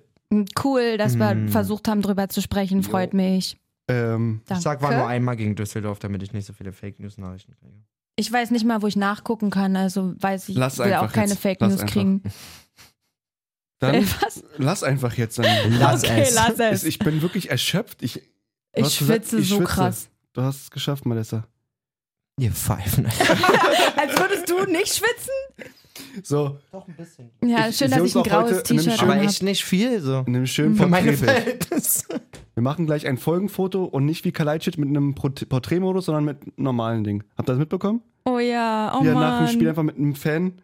Cool, dass wir Mm. versucht haben, drüber zu sprechen. Hm. Jo. Freut mich. Ähm, Äh, Ich sag, war nur einmal gegen Düsseldorf, damit ich nicht so viele Fake News Nachrichten kriege. Ich weiß nicht mal, wo ich nachgucken kann, also weiß ich, Lass will auch einfach keine jetzt. Fake Lass News einfach. kriegen. [laughs] dann [laughs] Was? lass einfach jetzt dann. Lass Okay, es. lass es. Ist- Ich bin wirklich erschöpft. Ich, du Ich hast gesagt, schwitze ich so schwitze. [laughs] krass. Du hast es geschafft, Melissa. Ihr Pfeifen. Als würdest du nicht schwitzen? So, [laughs] Doch ein bisschen. Ja, Ich- schön, dass ich sehe ich ein uns auch graues heute in einem T-Shirt schönen- Aber habe. echt nicht viel so. in einem schönen Für meine Porträtbild. Verhältnisse. Wir machen gleich ein Folgenfoto und nicht wie Kalajdzic mit einem Pro- Porträtmodus, sondern mit normalen Dingen. Habt ihr das mitbekommen? Oh ja, oh Wie er nach dem Mann. Spiel einfach mit einem Fan.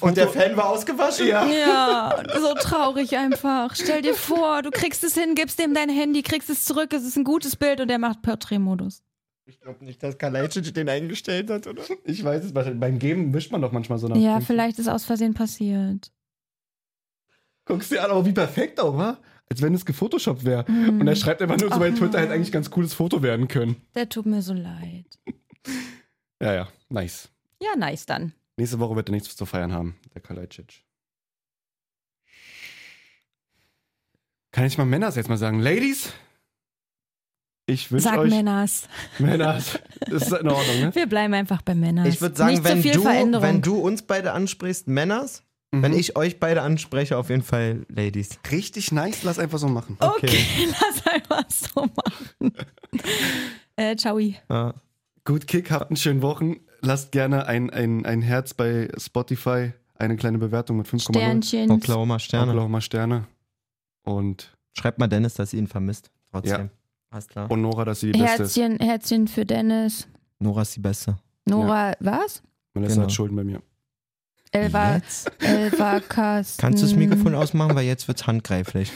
Und der Fan war ausgewaschen? Ja. Ja, so traurig einfach. Stell dir vor, du kriegst es hin, gibst dem dein Handy, kriegst es zurück, es ist ein gutes Bild und er macht Porträtmodus. Ich glaube nicht, dass Kalajdzic den eingestellt hat, oder? Ich weiß es, wahrscheinlich. beim Geben wischt man doch manchmal so nach. Ja, vielleicht ist aus Versehen passiert. Guckst dir an, aber wie perfekt auch, wa? Als wenn es gefotoshoppt wäre. Und Mhm. er schreibt einfach nur so bei Oh Twitter, hätte eigentlich ein ganz cooles Foto werden können. Mhm. Der tut mir so leid. Ja, ja, nice. Ja, nice dann. Nächste Woche wird er nichts zu feiern haben, der Kalajdzic. Kann ich mal Männers jetzt mal sagen? Ladies, ich wünsche Sag euch Männers. Männers. Das ist in [laughs] Ordnung, ne? Wir bleiben einfach bei Männers. Ich würde sagen, nicht so wenn, viel du, Veränderung. wenn [laughs] du uns beide ansprichst, Männers, Mhm. wenn ich euch beide anspreche, auf jeden Fall Ladies. Richtig nice, lass einfach so machen. Okay. Lass einfach so machen. äh, ciao. Ja. Gut Kick, habt einen schönen Wochen. Lasst gerne ein, ein, ein Herz bei Spotify, eine kleine Bewertung mit 5,0. Sternchen. Oklahoma Sterne. Oklahoma Sterne. Und Schreibt mal Dennis, dass ihr ihn vermisst. Trotzdem. Ja. Alles klar. Und und Nora, dass sie die Beste ist. Herzchen, Herzchen für Dennis. Nora ist die Beste. Nora, was? Melissa Genau. hat Schulden bei mir. Elva, Jetzt? Elva Kasten. Mhm. Kannst du das Mikrofon ausmachen, weil jetzt wird's handgreiflich.